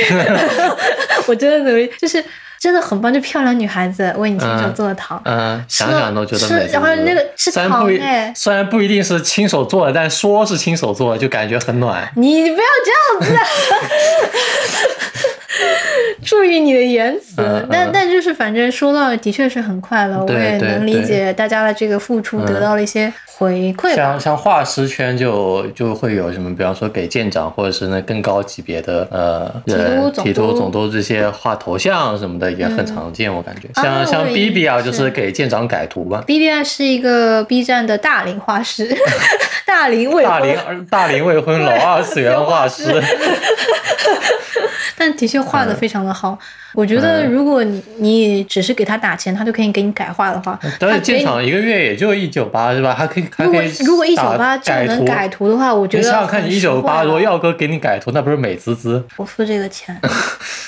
我真的努力，就是真的很棒，就漂亮女孩子为你亲手做的糖。
嗯，想想都觉得
吃
美滋滋
然后那个吃
虽然
糖
不一
哎
虽然不一定是亲手做的，但说是亲手做的，就感觉很暖。
你不要 这样子、啊，注意你的言辞。
嗯嗯
但但就是，反正说到的确是很快乐，我
对
也
对嗯
能理解大家的这个付出得到了一些回馈吧。
像像画师圈就就会有什么，比方说给舰长或者是那更高级别的呃
提督
人
总
提督
督
总督这些画头像什么的也很常见，我感觉像、
啊
像
我也
B B 啊，就是是给舰长改图嘛。
B B I 是一个 B 站的大龄画师， 大龄未
大
婚，
龄大龄未婚老二次元画师，
但的确画的非常的
嗯
好。我觉得如果你你只是给他打钱，他就可以给你改画的话，
但
他
是
给
舰
你
长一个月也就一九八是吧？还可以还
如
可
果
以
如果一九
打
八就能改图的话，我觉
你
得
想想看，
很
一
实
九
惠
八，
啊
如果耀哥给你改图，那不是美滋滋？
我付这个钱，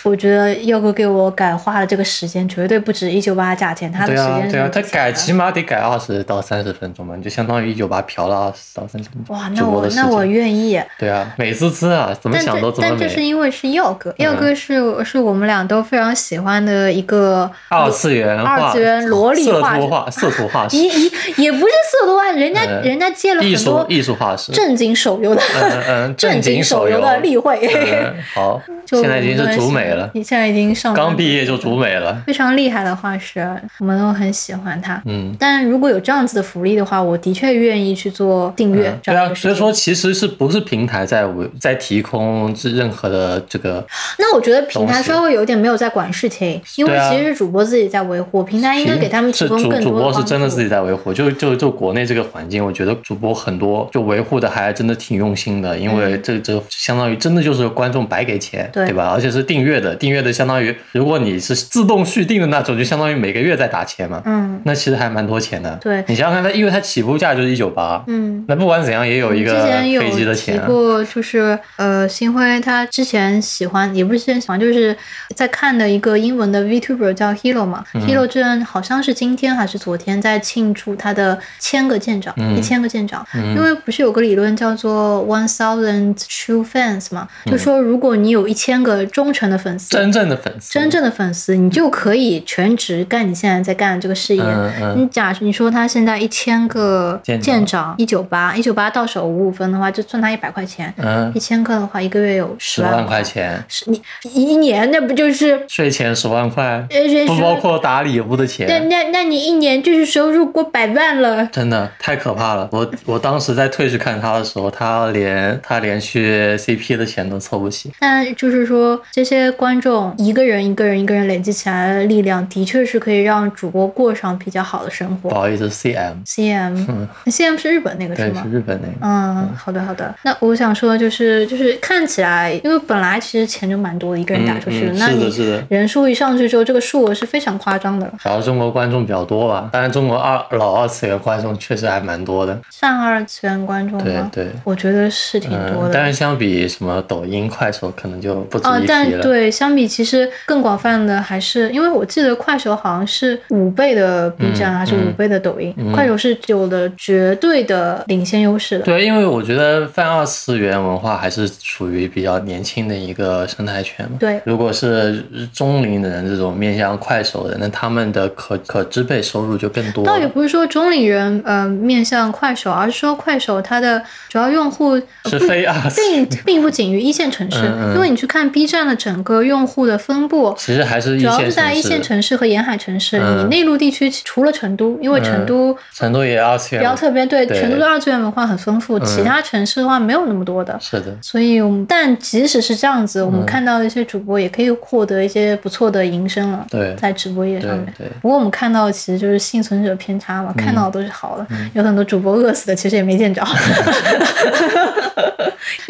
我觉得耀哥给我改花的这个时间绝对不止一九八价钱，他的
对
时
啊
间，是
对啊，
很
他
值
改
钱的
起码得改二十到三十分钟嘛，你就相当于一九八嫖了二十到三十分钟。
哇，
主
那
播
我
的时
那我
间
愿意，
对啊，美滋滋啊，怎么
但
想都
这
怎么
但这
美。
是因为是耀哥，
嗯
佑哥是是我们俩都非常喜欢的一个
二哦次元画、
二次元萝莉
色
画
图
师，
画、色图画师
也也也不是色图画，人家
嗯
人家接了
艺
很
术
多
艺术画师。
正经手游的
嗯嗯，
正经
经手
游的例会，
嗯好，
就
现在已经是主美了，
你现在已经上班
刚毕业就主美了。
非常厉害的画师，我们都很喜欢他。
嗯，
但如果有这样子的福利的话，我的确愿意去做订阅。
对
这样
啊，
的
所
事情
以说其实是不是平台在为在提供这任何的这个，
那我觉得平台
东西
稍微有点没有在管事情，因为
对啊
其实是主播自己在维护，平台应该给他们提
是
供
主
更
主
多
播
帮助。
是真的自己在维护，就就就国内这个环境，我觉得主播很多就维护的还真的挺用心的，因为这这相当于真的就是观众白给钱，
嗯对
对吧？而且是订阅的，订阅的相当于如果你是自动续订的那种，就相当于每个月在打钱嘛，
嗯
那其实还蛮多钱的。
对
你想想看，它因为它起步价就是一九八，
嗯。
那不管怎样也有一
之
个
前有
飞机的
提
钱。啊
过，就是呃，星辉他之前喜欢，也不是之前喜欢，就是在看的一个英文的 VTuber 叫 Hero 嘛、h
嗯
e r o 之前好像是今天还是昨天在庆祝他的千个舰长，
嗯
一千个舰长、因为不是有个理论叫做 One Thousand True Fans 嘛，就说如果你有一千个忠诚的粉丝，
嗯真正的粉丝，
真正的粉丝，你就可以全职干你现在在干的这个事业。
嗯嗯
你假设你说他现在一千个
舰长
舰长一九八一九八到手五五分的话，就算他一百块钱，
嗯
一，千个的话一个月有
十
十
万
块
块，钱，
是你一年那不就是
税前十万块，
呃人
不
说
包括打礼物的
那
钱，
那那你一年就是收入过百万了。
真的太可怕了。我我当时在退去看他的时候，他连他连去 CP 的钱都凑不齐。
但就是说，这些观众一个人一个人一个人累积起来的力量，的确是可以让主播过上比较好的生
不
活。
好意思，CM，
CM，CM 是日本那个是
对，
吗
是？日本那个。
嗯，好的好的。那我想说的就是，就是看起来，因为本来其实钱就蛮多的，一个人打出去，
嗯嗯
那
是的
你
是的
人数一上去之后，这个数额是非常夸张的了。
主要中国观众比较多吧，当然中国二老二次元观众确实还蛮多的，
上二次元观众
对
吗？
对，
我觉得是挺
嗯，
多的。
但是相比什么抖音、快手，可能就不值
哦
一，
但
提了。
对，相比其实更广泛的还是，因为我记得快手好像是五倍的 B 站，
嗯
还是
嗯
五倍的抖音，快手是有了绝对的领先优势的。
对，因为我觉得泛二次元文化还是属于比较年轻的一个生态圈嘛。
对
如果是中龄的人这种面向快手的，那他们的可可支配收入就更多
倒也
了。
不是说中龄人呃面向快手，而是说快手它的主要用户呃
是非二次
并并不仅于一线城市，
嗯嗯
因为你去看 B 站的整个用户的分布，
其实还是一
主要
线
是在一线
城市，
城市和沿海城市。
嗯
你内陆地区除了成都，因为成都
成都也二次
比
元
较
文化。
特别，对
对嗯
成都的二次元文化很丰富，其他城市的话没有那么多的。
是的，
所以，我们但即使是这样子，我
嗯
们看到的一些主播也可以获得一些不错的营生了。
对
在直播业
对
上面。
对。嗯
不过我们看到的其实就是幸存者偏差嘛，看到的都是好的，有很多主播饿死的，其实也没 见着。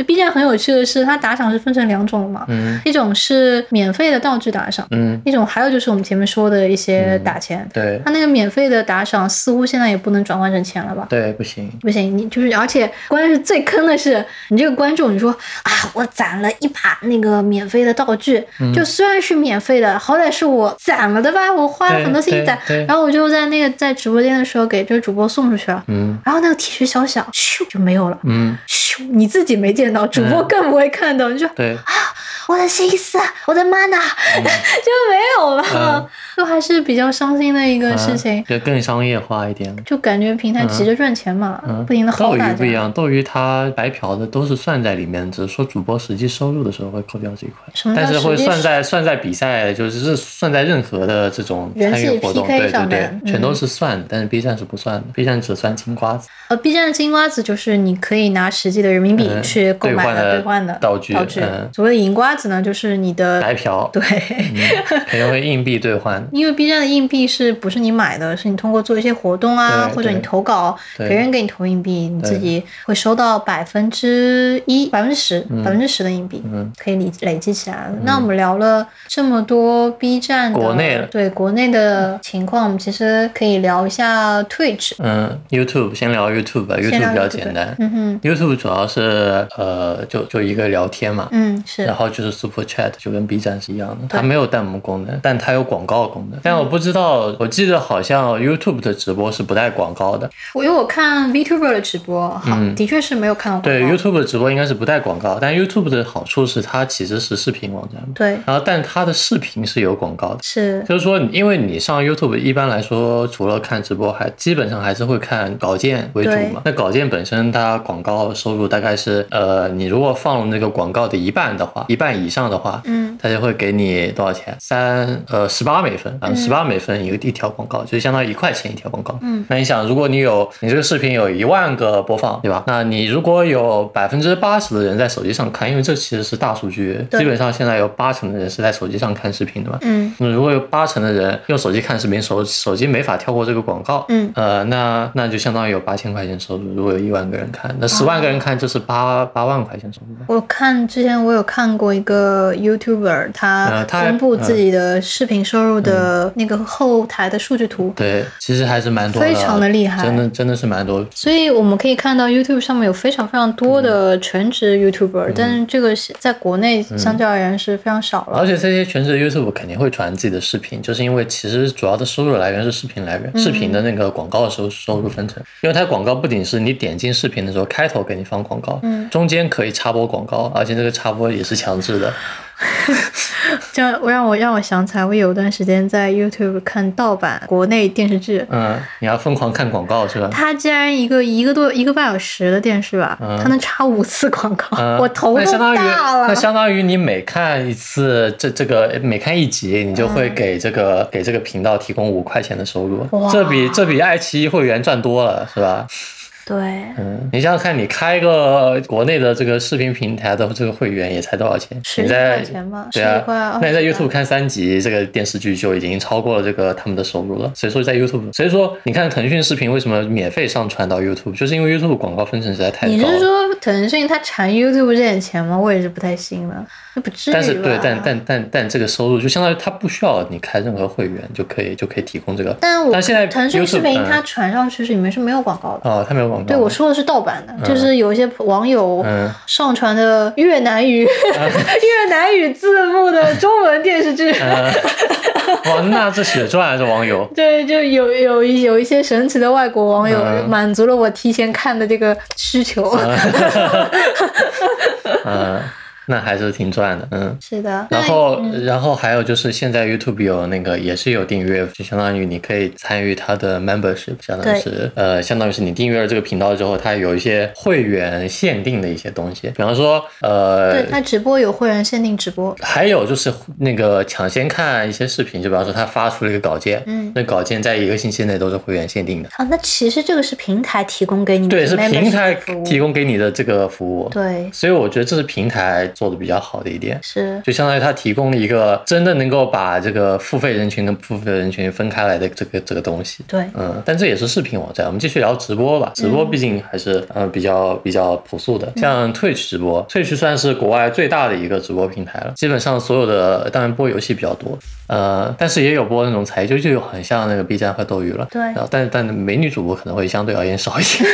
B 站很有趣的是，它打赏是分成两种的嘛，
嗯
一种是免费的道具打赏，
嗯，
一种还有就是我们前面说的一些打钱。
对
它那个免费的打赏似乎现在也不能转换成钱了吧？
对，不行。
不行，你就是，而且关键是最坑的是，你这个观众，你说啊，我攒了一把那个免费的道具，就虽然是免费的，好歹是我攒了的吧，我花了很多
嗯
心
对
情攒
对对，
然后我就在那个在直播间的时候给这个主播送出去了，
嗯
然后那个体恤小小咻就没有了，
嗯，
咻你自己没见到，主播更不会看到，你说
对，
我的心思，我的 mana、就 没有了
嗯，
就还是比较伤心的一个事情
嗯，就更商业化一点了。
就感觉平台急着赚钱嘛，
嗯，
不停的薅
斗
大
鱼
家
不。一样，斗鱼它白嫖的都是算在里面，只是说主播实际收入的时候会扣掉这一
什
块
么，叫
但是会
实际
算在算在比赛，就是是算在任何的这种
人
参
气
与活动，
PK
对
上
对对
面，嗯
全都是算的，但是 B 站是不算的，B 站只算金瓜子，
呃，B 站的金瓜子就是你可以拿实际的人民币
嗯
去购
兑
买
换
的
的
兑换的
道具
道具
嗯
所谓的银瓜子呢，就是你的
白嗯嫖，
对，
可能会硬币兑换，
因为 B 站的硬币是不是你买的，是你通过做一些活动啊，
对
或者你
对
投稿，别
对
人给你投硬币，你自
对
己会收到百分之一、百分之十、百分之十的硬币，
嗯
可以累累积起来了。那我们聊了这么多 B 站的
国内的
对国内的情况，我们其实可以聊一下 Twitch。
嗯，YouTube 先聊 YouTube 吧
先聊
，YouTube 比较
YouTube
简单
嗯哼，
，YouTube 主要是呃就就一个聊天嘛，
嗯是
然。后就是 Super Chat，就跟 B 站是一样的，
对
它没有弹幕功能，但它有广告红的。但我不知道，我记得好像 YouTube 的直播是不带广告的。
我因为我看 VTuber 的直播，好，
嗯
的确是没有看到广
对
告
YouTube 的直播应该是不带广告，但 YouTube 的好处是它其实是视频网站嘛，
对，
然后但它的视频是有广告的。
是
就是说，因为你上 YouTube 一般来说，除了看直播，还基本上还是会看稿件为主嘛。那稿件本身它广告收入大概是，呃，你如果放了那个广告的一半的话，一半以上的话，
嗯，
它就会给你多少钱？三呃十八美分啊，十八美分一个一条广告，就相当于一块钱一条广告。
嗯，
那你想，如果你有你这个视频有一万个播放，对吧？那你如果有百分之八十的人在手机上看，因为这其实是大数据，
对
基本上现在有八成的人是在手机上看视频的嘛。
嗯
那如果有八成的人用手机看视频，手手机没法跳过这个广告，
嗯，
呃，那那就相当于有八千块钱收入。如果有一万个人看，那十万个人看就是八八万块钱收入吧。
我看之前我有看过一个 YouTuber，他
呃他
公布自己的视频收入的那个后台的数据图，
对，其实还是蛮多的，
非常的厉害
真的真的是蛮多。
所以我们可以看到 YouTube 上面有非常非常多
嗯
的全职 YouTuber，、但是这个是在国内相较而言是非常少了。
而且这些全职 YouTube 肯定会传自己的视频，就是因为其实主要的收入来源是视频来源，视频
嗯
的那个广告收收入分成，因为它广告不仅是你点进视频的时候开头给你放广告，
嗯
中间可以插播广告，而且这个插播也是强制的，
这样我让我让我想起来，我有段时间在 YouTube 看盗版国内电视剧，
嗯，你要疯狂看广告是吧？
它竟然一个一个多一个半小时的电视吧，
嗯
它能插五次广 告，
嗯
我头
那
都
相当于
大了
那。相当于你每看一次这这个每看一集，你就会给这个、给这个频道提供五块钱的收入
嗯哇，
这比这比爱奇艺会员赚多了，是吧？
对，
嗯，你想想看，你开一个国内的这个视频平台的这个会员也才多少钱？
11
你在
块钱吧
对
11块
啊
20，
那你在
块
YouTube 看三集这个电视剧就已经超过了这个他们的收入了。所以说在 YouTube，所以说你看腾讯视频为什么免费上传到 YouTube，就是因为 YouTube 广告分成实在太高了。
你是说腾讯它馋 YouTube 这点钱吗？我也是不太信了，那不至于吧？
但是对，但但但但这个收入就相当于它不需要你开任何会员就可以就可以提供这个。
但我
但现在
腾讯视频
YouTube，嗯
它传上去是里面是没有广告的。
哦，它没有广告。
对，我说的是盗版的，就是有一些网友
嗯
上传的越南语、 越南语字幕的中文电视剧。。
嗯哇，那这血赚啊，这网友
对，就有有一有一些神奇的外国网友
嗯
满足了我提前看的这个需求。
嗯，那还是挺赚的，嗯。
是的，
然后，
嗯
然后还有就是，现在 YouTube 有那个也是有订阅，就相当于你可以参与它的 membership，相当于是呃，相当于是你订阅了这个频道之后，它有一些会员限定的一些东西，比方说
那
呃
对，它直播有会员限定直播，
还有就是那个抢先看一些视频，就比方说他发出了一个稿件，
嗯
那稿件在一个星期内都是会员限定的，
啊，那其实这个是平台提供给你的
对，是
membership
平台
服务
提供给你的这个服务，，
对，
所以我觉得这是平台做的比较好的一点。
是
就相当于它提供了一个真的能够把这个付费人群跟不付费人群分开来的这个这个东西，
对，嗯
嗯，但这也是视频网站。我们继续聊直播吧，直播毕竟还是嗯、呃比较比较朴素的。像 Twitch 直播，Twitch 算是国外最大的一个直播平台了，基本上所有的当然播游戏比较多，呃，但是也有播那种才艺，就就很像那个 B 站和斗鱼了。
对
然后但但美女主播可能会相对而言少一些。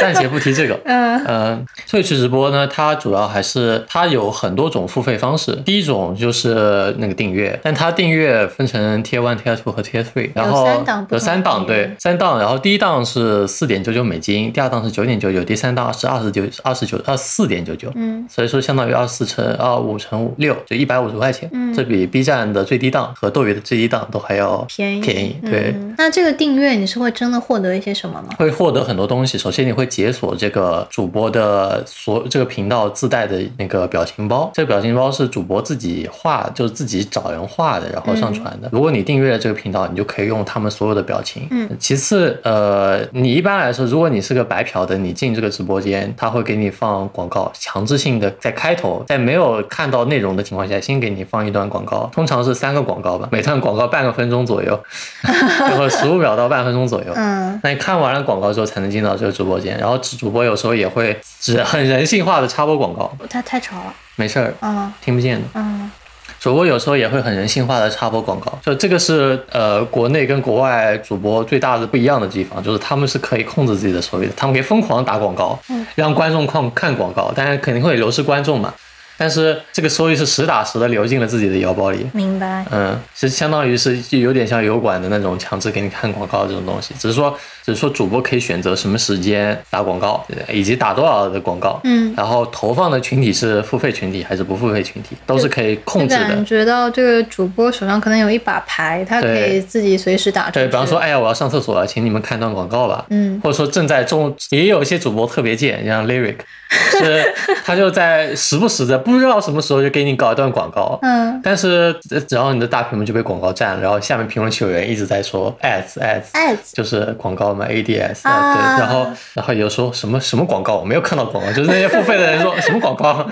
暂且不提这 个。嗯嗯，Twitch 直播呢，它主要还是它有很多种付费方式。第一种就是那个订阅，但它订阅分成 Tier One、Tier Two 和 Tier Three，然后
有三档不同
有三档，
的嗯订阅
对，三档。然后第一档是四点九九美金，第二档是九点九九，第三档是二十九、二十九、二四点九九。
嗯，
所以说相当于二四乘二五乘五六，就一百五十块钱。
嗯
这比 B 站的最低档和斗鱼的最低档都还要
便宜
便宜，对。
嗯那这个订阅你是会真的获得一些什么吗？
会获得很多东西。首先，你会解锁这个主播的所这个频道自带的那个表情包，这个表情包是主播自己画，就是自己找人画的，然后上传的。如果你订阅了这个频道，你就可以用他们所有的表情。
嗯。
其次，呃，你一般来说，如果你是个白嫖的，你进这个直播间，他会给你放广告，强制性的在开头，在没有看到内容的情况下，先给你放一段广告，通常是三个广告吧，每段广告半个分钟左右，就会十五秒到半分钟左右。
嗯，
那你看完了广告之后才能进到这个直播间，然后主播有时候也会只很人性化的插播广告，
它太吵了，
没事儿，
嗯
听不见的。
嗯，
主播有时候也会很人性化的插播广告，就这个是呃国内跟国外主播最大的不一样的地方，就是他们是可以控制自己
嗯
的收益的，他们可以疯狂打广告，让观众看看广告，但是肯定会流失观众嘛。但是这个收益是实打实的流进了自己的腰包里。
明白。
嗯，是相当于是就有点像油管的那种强制给你看广告这种东西，只是说只是说主播可以选择什么时间打广告，以及打多少的广告，
嗯
然后投放的群体是付费群体还是不付费群体，都是可以控制
就感
的。
觉到这个主播手上可能有一把牌，他可以
对
自己随时打出去。
对，比方说，哎呀，我要上厕所了，请你们看段广告吧。
嗯
或者说正在中，也有一些主播特别贱，像 Lyric，是 他就在时不时的不知道什么时候就给你搞一段广告，
嗯
但是呃然后你的大屏幕就被广告占了，然后下面评论区有人一直在说 ads ads
，ads
就是广告嘛，ADS
啊
对，然后然后有说什么什么广告，我没有看到广告，就是那些付费的人说 什么广告，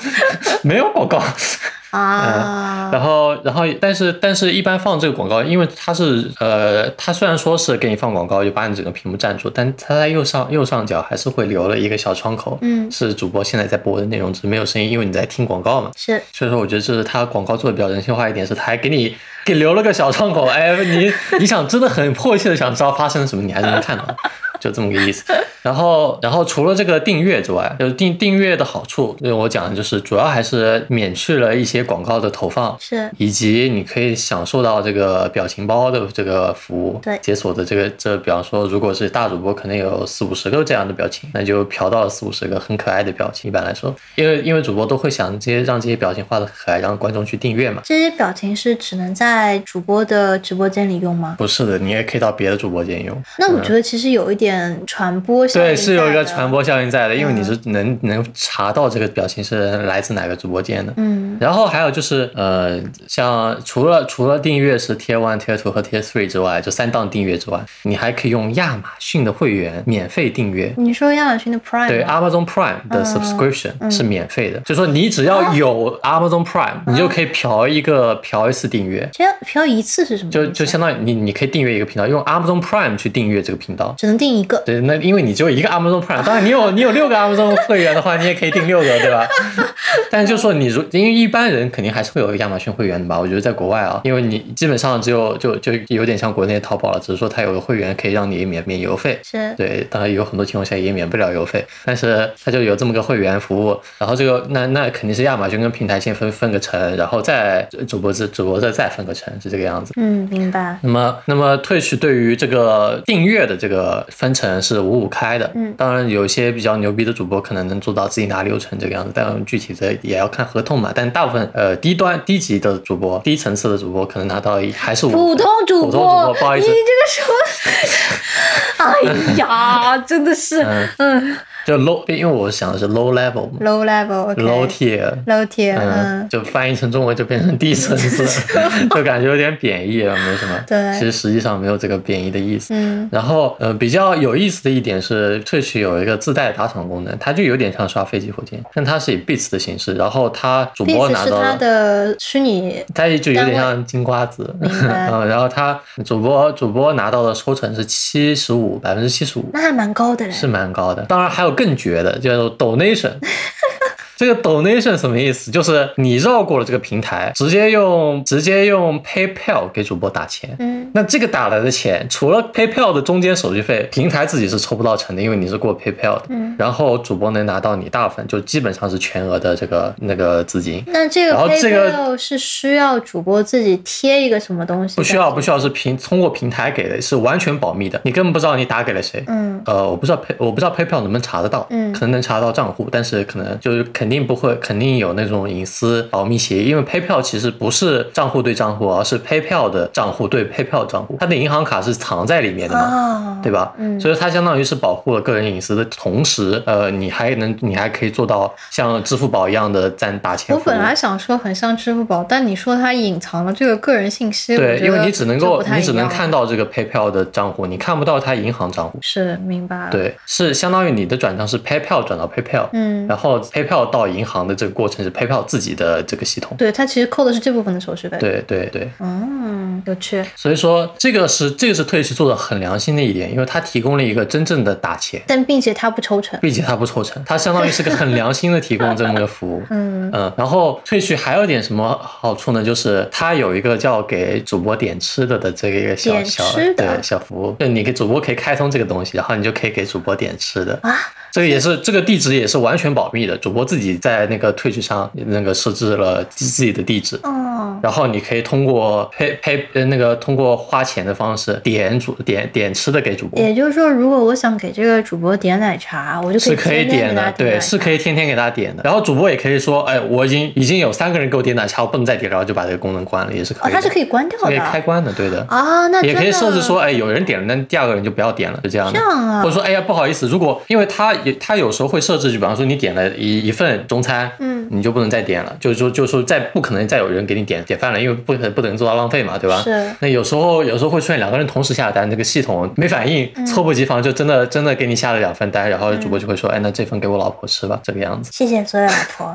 没有广告。
啊，
然后然后但是但是一般放这个广告，因为它是呃，它虽然说是给你放广告，就把你整个屏幕占住，但它在右上右上角还是会留了一个小窗口，
嗯
是主播现在在播的内容，只是没有声音，因为你在听广告嘛。
是
所以说，我觉得这是他广告做的比较人性化一点，是他还给你给留了个小窗口，哎，你你想真的很迫切的想知道发生了什么，你还是能看到， 就这么个意思。然后，然后除了这个订阅之外，就是订订阅的好处，就是我讲的就是主要还是免去了一些广告的投放，
是，
以及你可以享受到这个表情包的这个服务，
对
解锁的这个这，比方说，如果是大主播，可能有四五十个这样的表情，那就嫖到了四五十个很可爱的表情。一般来说，因为因为主播都会想这些让这些表情画的可爱，让观众去订阅嘛。
这些表情是只能在主播的直播间里用吗？
不是的，你也可以到别的主播间用。
那我觉得其实有一点传播效应
对，是有一
在
个
的嗯
传。播效应在的，因为你是能、能查到这个表情是来自哪个直播间的。
嗯
然后还有就是，呃，像除了除了订阅是 Tier One、Tier Two 和 Tier Three 之外，就三档订阅之外，你还可以用亚马逊的会员免费订阅。
你说亚马逊的 Prime
对啊
吗
Amazon Prime
嗯
的 subscription、是免费的，就说你只要
啊
有 Amazon Prime，、你就可以嫖一个嫖一次订阅，
其实嫖一次是什么意思
就
啊？
就相当于你你可以订阅一个频道，用 Amazon Prime 去订阅这个频道。
只能定一个。
对，那因为你只有一个 Amazon Prime，当然你有你有六个 Amazon 会员的话，你也可以订六个，对吧？ 但是就说你如，因为一般人肯定还是会有亚马逊会员的吧？我觉得在国外啊，因为你基本上只有就就有点像国内淘宝了，只是说它有个会员可以让你免免邮费。
是
对，当然有很多情况下也免不了邮费，但是它就有这么个会员服务，然后这个那那肯定是亚马逊跟平台先分分个成，然后再主播这主播这再分个成，是这个样子。
嗯，明白。
那么，那么 Twitch 对于这个订阅的这个分成是五五开的，
嗯
当然有一些比较牛逼的主播可能能做到自己拿六成这个样子，但具体的也要看合同嘛。但大部分呃低端低级的主播、低层次的主播可能拿到一还是五
普通主
嗯普通主播，不好意思
你， 这个说，哎呀，真的是，
嗯
嗯
就 low，因为我想的是 low level 嘛
，low level，OK、
，low tier。
low tier，
嗯
嗯，，
就翻译成中文就变成低层 次， 就感觉有点贬义了，没什么。
对
其实实际上没有这个贬义的意思。
嗯，
然后，呃，比较有意思的一点是，Twitch 有一个自带打赏功能，它就有点像刷飞机火箭，但它是以 bits 的形式，然后它主
意
播
思
拿
是
到
他
了。
的虚拟，
它就有点像金瓜子，
明 白
嗯，然后它主播主播拿到的抽成是七十五百分之七十五，
那还蛮高的嘞，
是蛮高的。当然还有更绝的，叫做 donation。这个 donation 什么意思？就是你绕过了这个平台，直接用直接用 PayPal 给主播打钱。
嗯，
那这个打来的钱，除了 PayPal 的中间手续费，平台自己是抽不到成的，因为你是过 PayPal 的。
嗯
然后主播能拿到你大部分，就基本上是全额的这个那个资金。
那这个
然后这个
PayPal 是需要主播自己贴一个什么东西？
不需要，不需要是平通过平台给的，是完全保密的，你根本不知道你打给了谁。
嗯，
呃，我不知道 Pay 我不知道 PayPal 能不能查得到，
嗯
可能能查到账户，但是可能就是肯定不会，肯定有那种隐私保密协议，因为 PayPal 其实不是账户对账户，而是 PayPal 的账户对 PayPal 账户，它的银行卡是藏在里面的嘛，
哦，
对吧？
嗯
所以它相当于是保护了个人隐私的同时，呃，你还能你还可以做到像支付宝一样的赞打钱
我
服务
本。来想说很像支付宝，但你说它隐藏了这个个人信息，我
对，
觉
因为
得
你只能
就
够
不太
你只
一
能
样
看
了
到这个 PayPal 的账户，你看不到它银行账户。
是明白了，，
对，是相当于你的转账是 PayPal 转到 PayPal，
嗯，
然后 PayPal 到银行的这个过程是 PayPal 自己的这个系统。
对，它其实扣的是这部分的手续费，，
对对对，
嗯，有趣。
所以说这个是这个是退市做的很良心的一点，因为它提供了一个真正的打钱，
但并且它不抽成。
并且它不抽成，它相当于是个很良心的提供这么个服务。
嗯，
嗯，然后退去还有点什么好处呢？就是它有一个叫给主播点吃的的这个一个小
点
小
吃的
对小服务，就你给主播可以开通这个东西，然后你就可以给主播点吃的
啊，
这个也是这个地址也是完全保密的，主播自己在那个 Twitch 上那个设置了自己的地址，
哦，
然后你可以通过 pay pay 呃那个通过花钱的方式点主点点吃的给主播。
也就是说，如果我想给这个主播点奶茶，我就是
可
可以
以
天天
点
给他
的，对，
奶
是
茶
可以天天给他点的。然后主播也可以说，哎，我已经已经有三个人给我点奶茶，我不能再点了，然后就把这个功能关了，也是可
哦，
以的。
它是可以关掉
是可以
的
开关的，对的。
啊，那
也可以
真的
设置说，哎，有人点了，那第二个人就不要点了，就这样的。
这样啊
或者说，哎呀，不好意思，如果因为他也他有时候会设置，就比方说你点了一一份中餐，
嗯，
你就不能再点了，就是说就是说再不可能再有人给你点点饭了，因为不可不能做到浪费嘛，对吧？
是
那有时候有时候会出现两个人同时下单，这个系统没反应，
嗯
猝不及防就真的真的给你下了两份单，然后主播就会说，哎，那这份给我老婆吃吧，这个样子。
谢谢所有老 婆。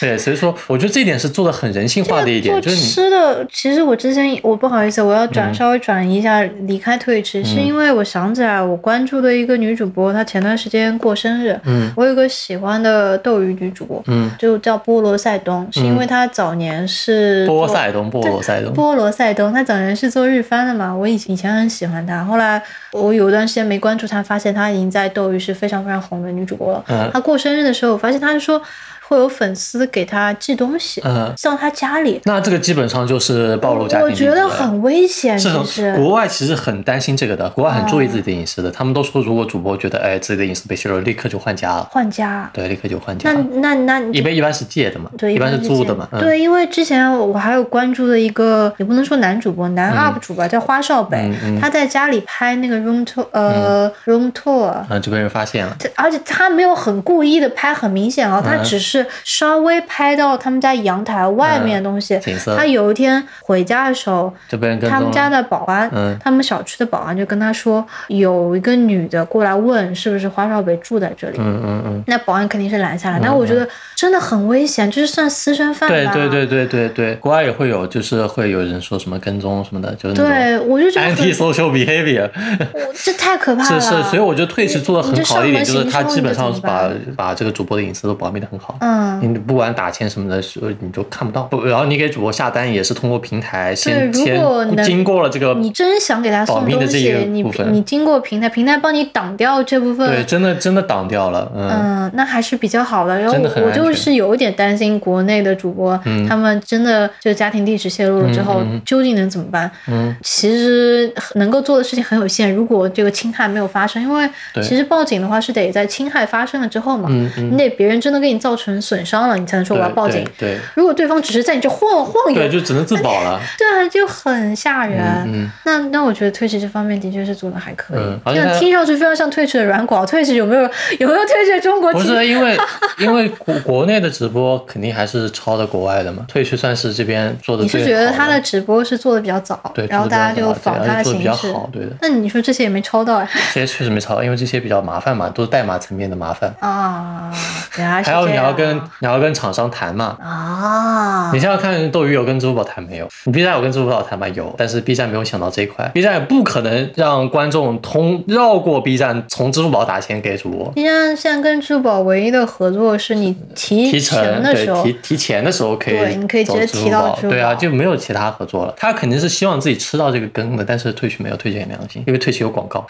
对，所以说我觉得这一点是做的很人性化的一点，
做
就是你嗯
吃的，其实我之前我不好意思，我要转、稍微转移一下，离开 Twitch，、是因为我想起来我关注的一个女主播，她前段时间过生日，
嗯
我有一个喜欢的斗鱼女主播，
嗯，
就叫波罗塞冬，是因为她早年是
波
做
塞冬，波罗塞冬，
波罗塞冬，他早年是做日番的嘛，我以以前很喜欢他，后来我有一段时间没关注他，发现他已经在斗鱼是非常非常红的女主播了。
嗯
她过生日的时候，我发现她是说会有粉丝给她寄东西，
嗯。
寄到她家里，
那这个基本上就是暴露家庭
我
隐私
觉
了
得很危险，
是
其
很
实。
国外其实很担心这个的，国外很注意
嗯
自己的隐私的，他们都说如果主播觉得哎自己的隐私被泄露，立刻就换家了，
换家，
对，立刻就换家
那
了。
那那你
一般一般是借的嘛，
对，
一般是
是
租
这
的
样
嘛，嗯，
对，因为之前我还有关注的一个，也不能说男主播，男
嗯
UP 主吧，叫花少北，他在家里拍那个 room tour，呃、room tour，
嗯，就被人发现了。
这而且他没有很故意的拍，很明显啊，
嗯
他只是稍微拍到他们家阳台外面的东西。
嗯景色
他有一天回家的时候，
就被人跟
他们
踪
家
了，
的保安，
嗯
他们小区的保安就跟他说，有一个女的过来问是不是花少北住在这里。
嗯嗯嗯，
那保安肯定是拦下来，但我觉得真的很危险，就是算私生饭吧。
对对对对对对，国外也会有，就是会有人说什么跟踪什么的，就是那种
对，我就觉得很
anti social behavior，
我这太可怕
是
了。
是，所以我觉得退是做的很好的一点，
呃你就
就是
上门
他
行凶
基本上是
你就怎么
把
办
把这个主播的隐私都保密的很好。
嗯，
你不管打钱什么的，是你都看不到。不，然后你给主播下单也是通过平台先
对
先
如果能
经过了这个，
你真想给他
保
送
密
东
的这
西
一个，
你
部分
你经过平台，平台帮你挡掉这部分
对，真的真的挡掉了，嗯，
嗯，那还是比较好的。然后
真的很
我
安全嗯
就是有一点担心国内的主播，他们真的就家庭地址泄露了之后，究竟能怎么办？
嗯，
其实能够做的事情很有限。如果这个侵害没有发生，因为
对
其实报警的话是得在侵害发生了之后嘛，
嗯嗯
你得别人真的给你造成损伤了，你才能说
对
我要报警。
对
如果对方只是在你这晃晃
对
悠
对，，就只能自保 了，
对啊，就很吓人。
嗯
那那我觉得退迟这方面的确是做的还可以，
嗯而且
那
它
听上去非常像退迟的软广。退迟有没有有没有退迟中国？
不是因为因为国国内的直播肯定还是抄的国外的嘛，退去算是这边做的
你
最嗯
是
好
觉得他的
的
直播是做的比较早，
对
然后
做得比较
大家就
早
仿
对
他
而且做得
形
比较
式
好对的
那你说这些也没抄到 哎
这些确实没抄，因为这些比较麻烦嘛，都是代码层面的麻烦，
啊，原来是
还
这
有
样。嗯
你要跟你要跟厂商谈嘛，
啊
你，想想看，斗鱼有跟支付宝谈没有？你 B 站有跟支付宝谈吗？有，但是 B 站没有想到这一块，B 站也不可能让观众通绕过 B 站，从支付宝打钱给主播。
你像现在跟支付宝唯一的合作是你提
提
成
成
的时
对
候
提，提钱的时候可以
对你可以直接
走
提到
支付
支付
宝，对
宝
啊，就没有其他合作了。他肯定是希望自己吃到这个羹的，但是退去没有，退去很良心，因为退去有广告。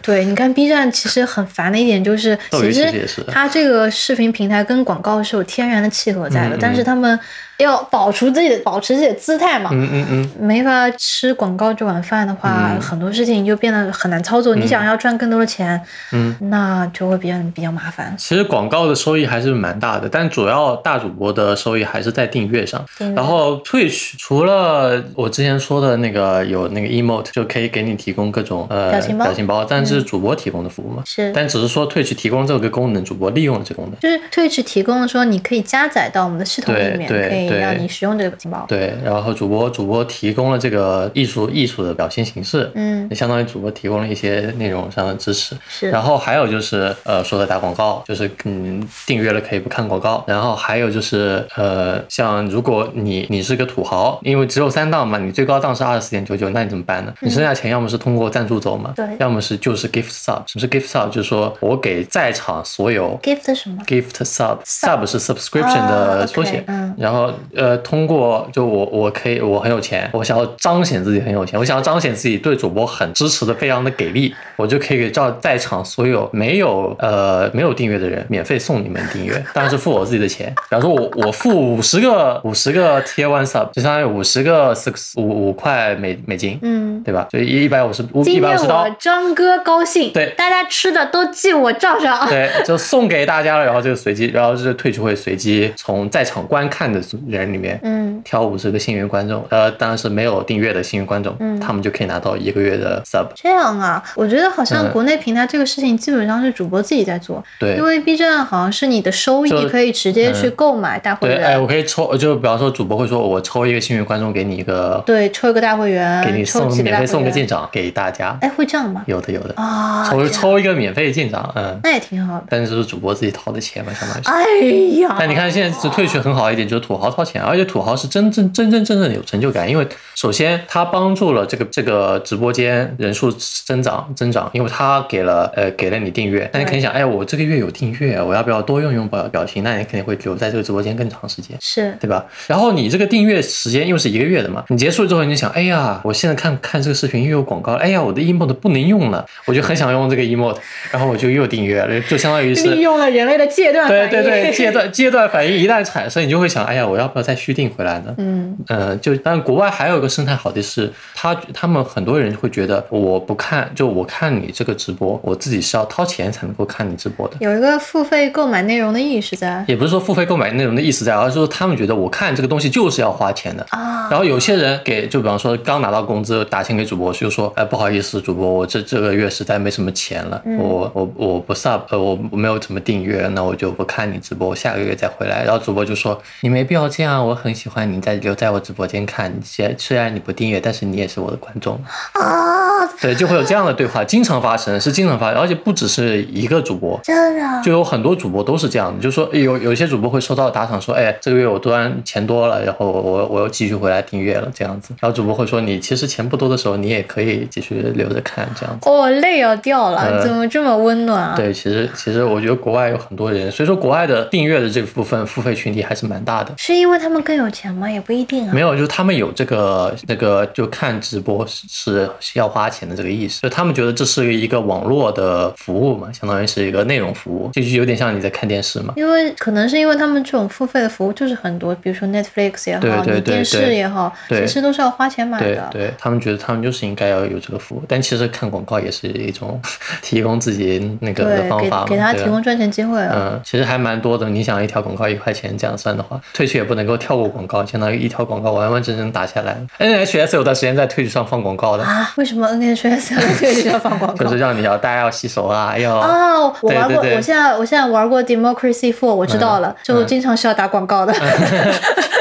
对，你看 B 站其实很烦的一点就是，
斗鱼
其
其实也
实
是
它这个视频平台跟广告是有天然的契合在
嗯
的，
嗯
但是他们要保持自己的保持自己的姿态嘛。
嗯嗯嗯，
没法吃广告这碗饭的话，很多事情就变得很难操作。你想要赚更多的钱，
嗯，
那就会变得比较麻烦。
其实广告的收益还是蛮大的，但主要大主播的收益还是在订阅上。
订阅
然后 Twitch 除了我之前说的那个有那个 emote，就可以给你提供各种呃
表情包嗯
但是主播提供的服务嘛。
是
但只是说 Twitch 提供这个功能，主播利用了这个功能。
就是 Twitch 提供的说，你可以加载到我们的系统里
对
面，
对
可以
对
让你使用这个表情包。
对，然后主播主播提供了这个艺术艺术的表现形式，
嗯，
相当于主播提供了一些内容上的支持。
是
然后还有就是呃说的打广告，就是嗯订阅了可以不看广告。然后还有就是呃，像如果你你是个土豪，因为只有三档嘛，你最高档是二十四点九九，那你怎么办呢？你剩下钱要么是通过赞助走嘛，
嗯对
要么是就是 gift sub。什么是 gift sub？就是说我给在场所有
gift 什么？
gift sub sub 是 subscription
啊
的
，OK，
缩写，
嗯
然后呃，通过就我我可以我很有钱，我想要彰显自己很有钱，我想要彰显自己对主播很支持的非常的给力，我就可以给照在场所有没有呃没有订阅的人免费送你们订阅，当然是付我自己的钱。比方说我我付五十个五十个 tier one sub，就相当于五十个 six 五五块美美金，
嗯，
对吧？就一一百五十一
今
百
天
五十刀
我。张哥高兴，
对
大家吃的都记我账 上。
对，就送给大家了，然后这个随机，然后这退出会随机从在场观看的人里面
嗯，
挑五十个幸运观众，呃，当然是没有订阅的幸运观众，
嗯
他们就可以拿到一个月的 sub。
这样啊，我觉得好像
嗯
国内平台这个事情基本上是主播自己在做，
对
因，为 B 站好像是你的收
就嗯
益可以直接去购买大会
对，哎，
员，
我可以抽，就比方说主播会说，我抽一个幸运观众给你一个，
对，抽一个大会员，
给你
抽
送
几个
免
大
费
会
送个嗯
员
舰长给大家，
哎，会这样吗？
有的有的，
啊，
抽
这样
抽一个免费舰长，嗯，
那也挺好的。
但是是主播自己掏的钱嘛，相当于是。
哎呀，
但你看现在是退学很好一点，就是土豪掏钱，而且土豪是真正真真正正的有成就感，因为首先他帮助了这个这个直播间人数增长增长，因为他给了呃给了你订阅，那你肯定想，哎，我这个月有订阅，我要不要多用用表表情？那你肯定会留在这个直播间更长时间。
是
对吧？然后你这个订阅时间又是一个月的嘛，你结束之后你就想，哎呀，我现在看看这个视频又有广告，哎呀，我的 emote 不能用了，我就很想用这个 emote，然后我就又订阅了，就相当于是
利用了人类的戒断
对
反
对
应
对，戒断戒断反应一旦产生，你就会想，哎呀，我要不要再续订回来呢？
嗯，
呃，就但国外还有一个生态好的是，他他们很多人会觉得，我不看，就我看你这个直播，我自己是要掏钱才能够看你直播的。
有一个付费购买内容的意识在
也不是说付费购买内容的意思在，而是说他们觉得我看这个东西就是要花钱的。
啊，
然后有些人给，就比方说刚拿到工资打钱给主播，就说，哎，不好意思，主播，我这这个月实在没什么钱了，我我我不 sub，呃，我我没有怎么订阅，那我就不看你直播，我下个月再回来。然后主播就说，你没必要这样，我很喜欢你在留在我直播间看，虽虽然你不订阅，但是你也是我的观众。
啊，
对，就会有这样的对话，经常发生，是经常发生，而且不只是一个主播，
真的
就有很多主播都是这样的，就是说哎有有一些主播会收到打赏说，哎，这个月我突然钱多了，然后我我我又继续回来订阅了这样子，然后主播会说你其实钱不多的时候，你也可以继续留着看这样子。
哦，泪要掉了，
呃
怎么这么温暖啊？
对，其实其实我觉得国外有很多人，所以说国外的订阅的这部分付费群体还是蛮大的。
是因为他们更有钱吗？也不一定啊
没。有，就是他们有这个那个，就看直播是是是要花钱的这个意识，就他们觉得这是一个网络的服务嘛，相当于是一个内容服务，就是有点像你在看电视嘛。
因为可能是因为他们这种付费的服务就是很多，比如说 Netflix 也好，
对对对
你电视
对
也好，
对
其实都是要花钱买
对
的。
对，他们觉得他们就是应该要有这个服务，但其实看广告也是一种 提供自己那个的
对
方法嘛，
给给他
对
提
吧
供赚钱机会啊了。
嗯，其实还蛮多的。你想一条广告一块钱这样算的话，退去也不能够跳过广告，相当于一条广告完完整整打下来。NHS 有段时间在退去上放广告 的，
啊，为什么 NHS 这个就要放广告
就？是让你要大家要洗手啊，要、
哦，我玩过，
对对对
我现在我现在玩过 Democracy Four，我知道了，就经常是要打广 告的。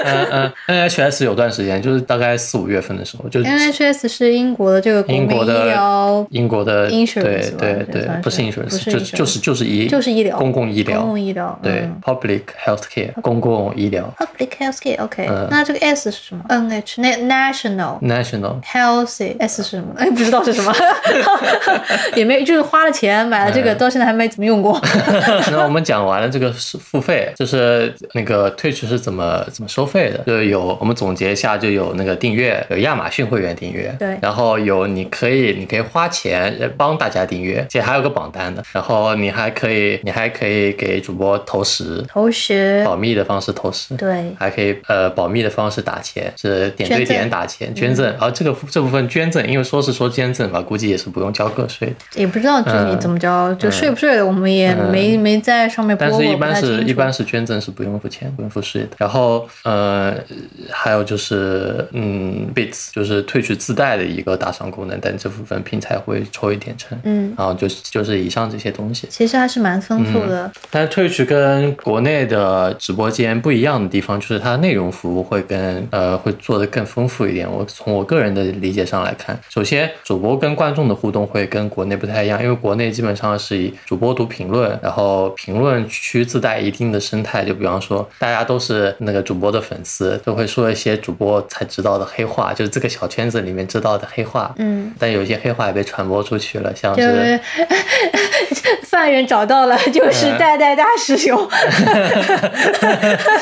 嗯嗯，NHS 有段时间就是大概四五月份的时候，就是
NHS 是英国的这个国
英
民
国
医
的
疗
英国的
insurance 吧
对
这
对对，
算
不是
是
insurance，
不是
就
insurance
就是就是医
就是医疗
公共医疗
公共医疗，
对
嗯、
，public healthcare 公共医疗
Public Healthcare，OK，、
嗯
那这个 S 是什么？NH 那 National。
national。
Healthy S 是什么？哎， 不知道是什么，也没就是花了钱买了这
嗯
个，到现在还没怎么 用过。
那我们讲完了这个是付费，就是那个 Twitch 是怎么怎么收费的，就是有我们总结一下，就有那个订阅，有亚马逊会员订阅，
对
然后有你可以你可以花钱呃帮大家订阅，其实还有个榜单的，然后你还可以你还可以给主播投食，
同时，
保密的方式投食，
对
还可以呃保密的方式打钱，是点对
捐
点
赠嗯
打钱捐赠，而这个这部分捐赠，因为说是说捐赠嘛，估计也是不用交个税的，
也不知道就你
嗯
怎么着，就睡不睡的，我们也没没在上面播
但
过，
是一
不
般
太
是
清
一
楚
般是捐赠是不用付钱不用付税的。然后呃还有就是嗯 bits 就是退去自带的一个打赏功能，但这部分平台会抽一点成，
嗯，
然后就是就是以上这些东西。
其实还是蛮丰
嗯
富的。
但 Twitch 跟国内的直播间不一样的地方，就是它内容服务会跟呃会做得更丰富一点。我从我个人的理解上来看，首先主主播跟观众的互动会跟国内不太一样，因为国内基本上是以主播读评论，然后评论区自带一定的生态，就比方说大家都是那个主播的粉丝，都会说一些主播才知道的黑话，就是这个小圈子里面知道的黑话。
嗯，
但有一些黑话也被传播出去了，像
就是是 犯人找到了，
嗯
就是代代大 师兄，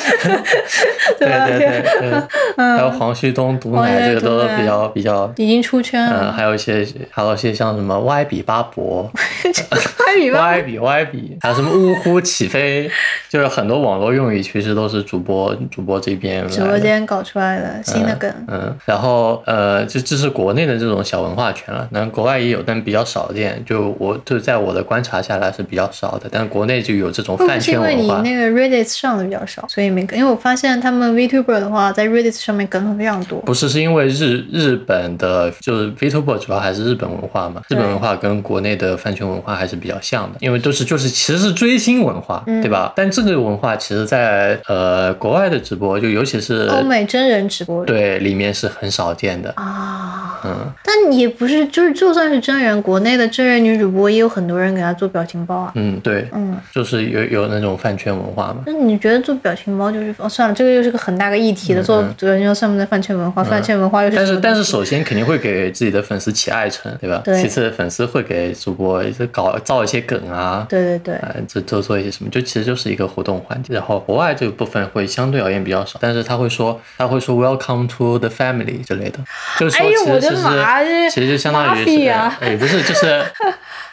对
吧？嗯
对对 对，还有黄旭东毒
黄旭
奶这个
东
都
毒奶
比较比较。
已经出圈
嗯，
了，
还有一些，还有一些像什么歪比巴博、
还比吧，
歪比歪比，还有什么呜呼起飞，就是很多网络用语其实都是主播主播这边
直
来
播
的
间搞出来的新的梗，
嗯，然后呃，就这是国内的这种小文化圈了，那国外也有，但比较少见。就我就在我的观察下来是比较少的，但国内就有这种
会不
饭
会是
圈
因为
文
你
化。
那个 Reddit 上的比较少，所以没梗？因为我发现他们 VTuber 的话，在 Reddit 上面梗非常多。
不是，是因为日日本的就是 VTuber 主要还是日本文化嘛，日
对
本文化跟国内的饭圈文化还是比较像的，因为都是就是其实是追星文化，
嗯
对吧？但这个文化其实在呃国外的直播，就尤其是
欧美真人直播
对里面是很少见的，
啊，
嗯。
但也不是，就是就算是真人，国内的真人女主播也有很多人给她做表情包啊。
嗯，对，
嗯，
就是有有那种饭圈文化嘛，
那你觉得做表情包就是哦，算了，这个又是个很大个议题的。做表情包算不算饭圈文化？饭圈文化又
嗯
是
但
什
是
么
但是
东西
首先肯定会给自己的粉丝起爱称，对吧？
对
其次粉丝会给主播搞造一些梗啊，
对对对，
呃，这多做一些什么，就其实就是一个活动环节。然后国外这个部分会相对而言比较少，但是他会说他会说 Welcome to the family 之类的，就是说
哎呦
其
我
实
的
是、
妈这
其实就相当于是
mafia 啊
呃也不是就是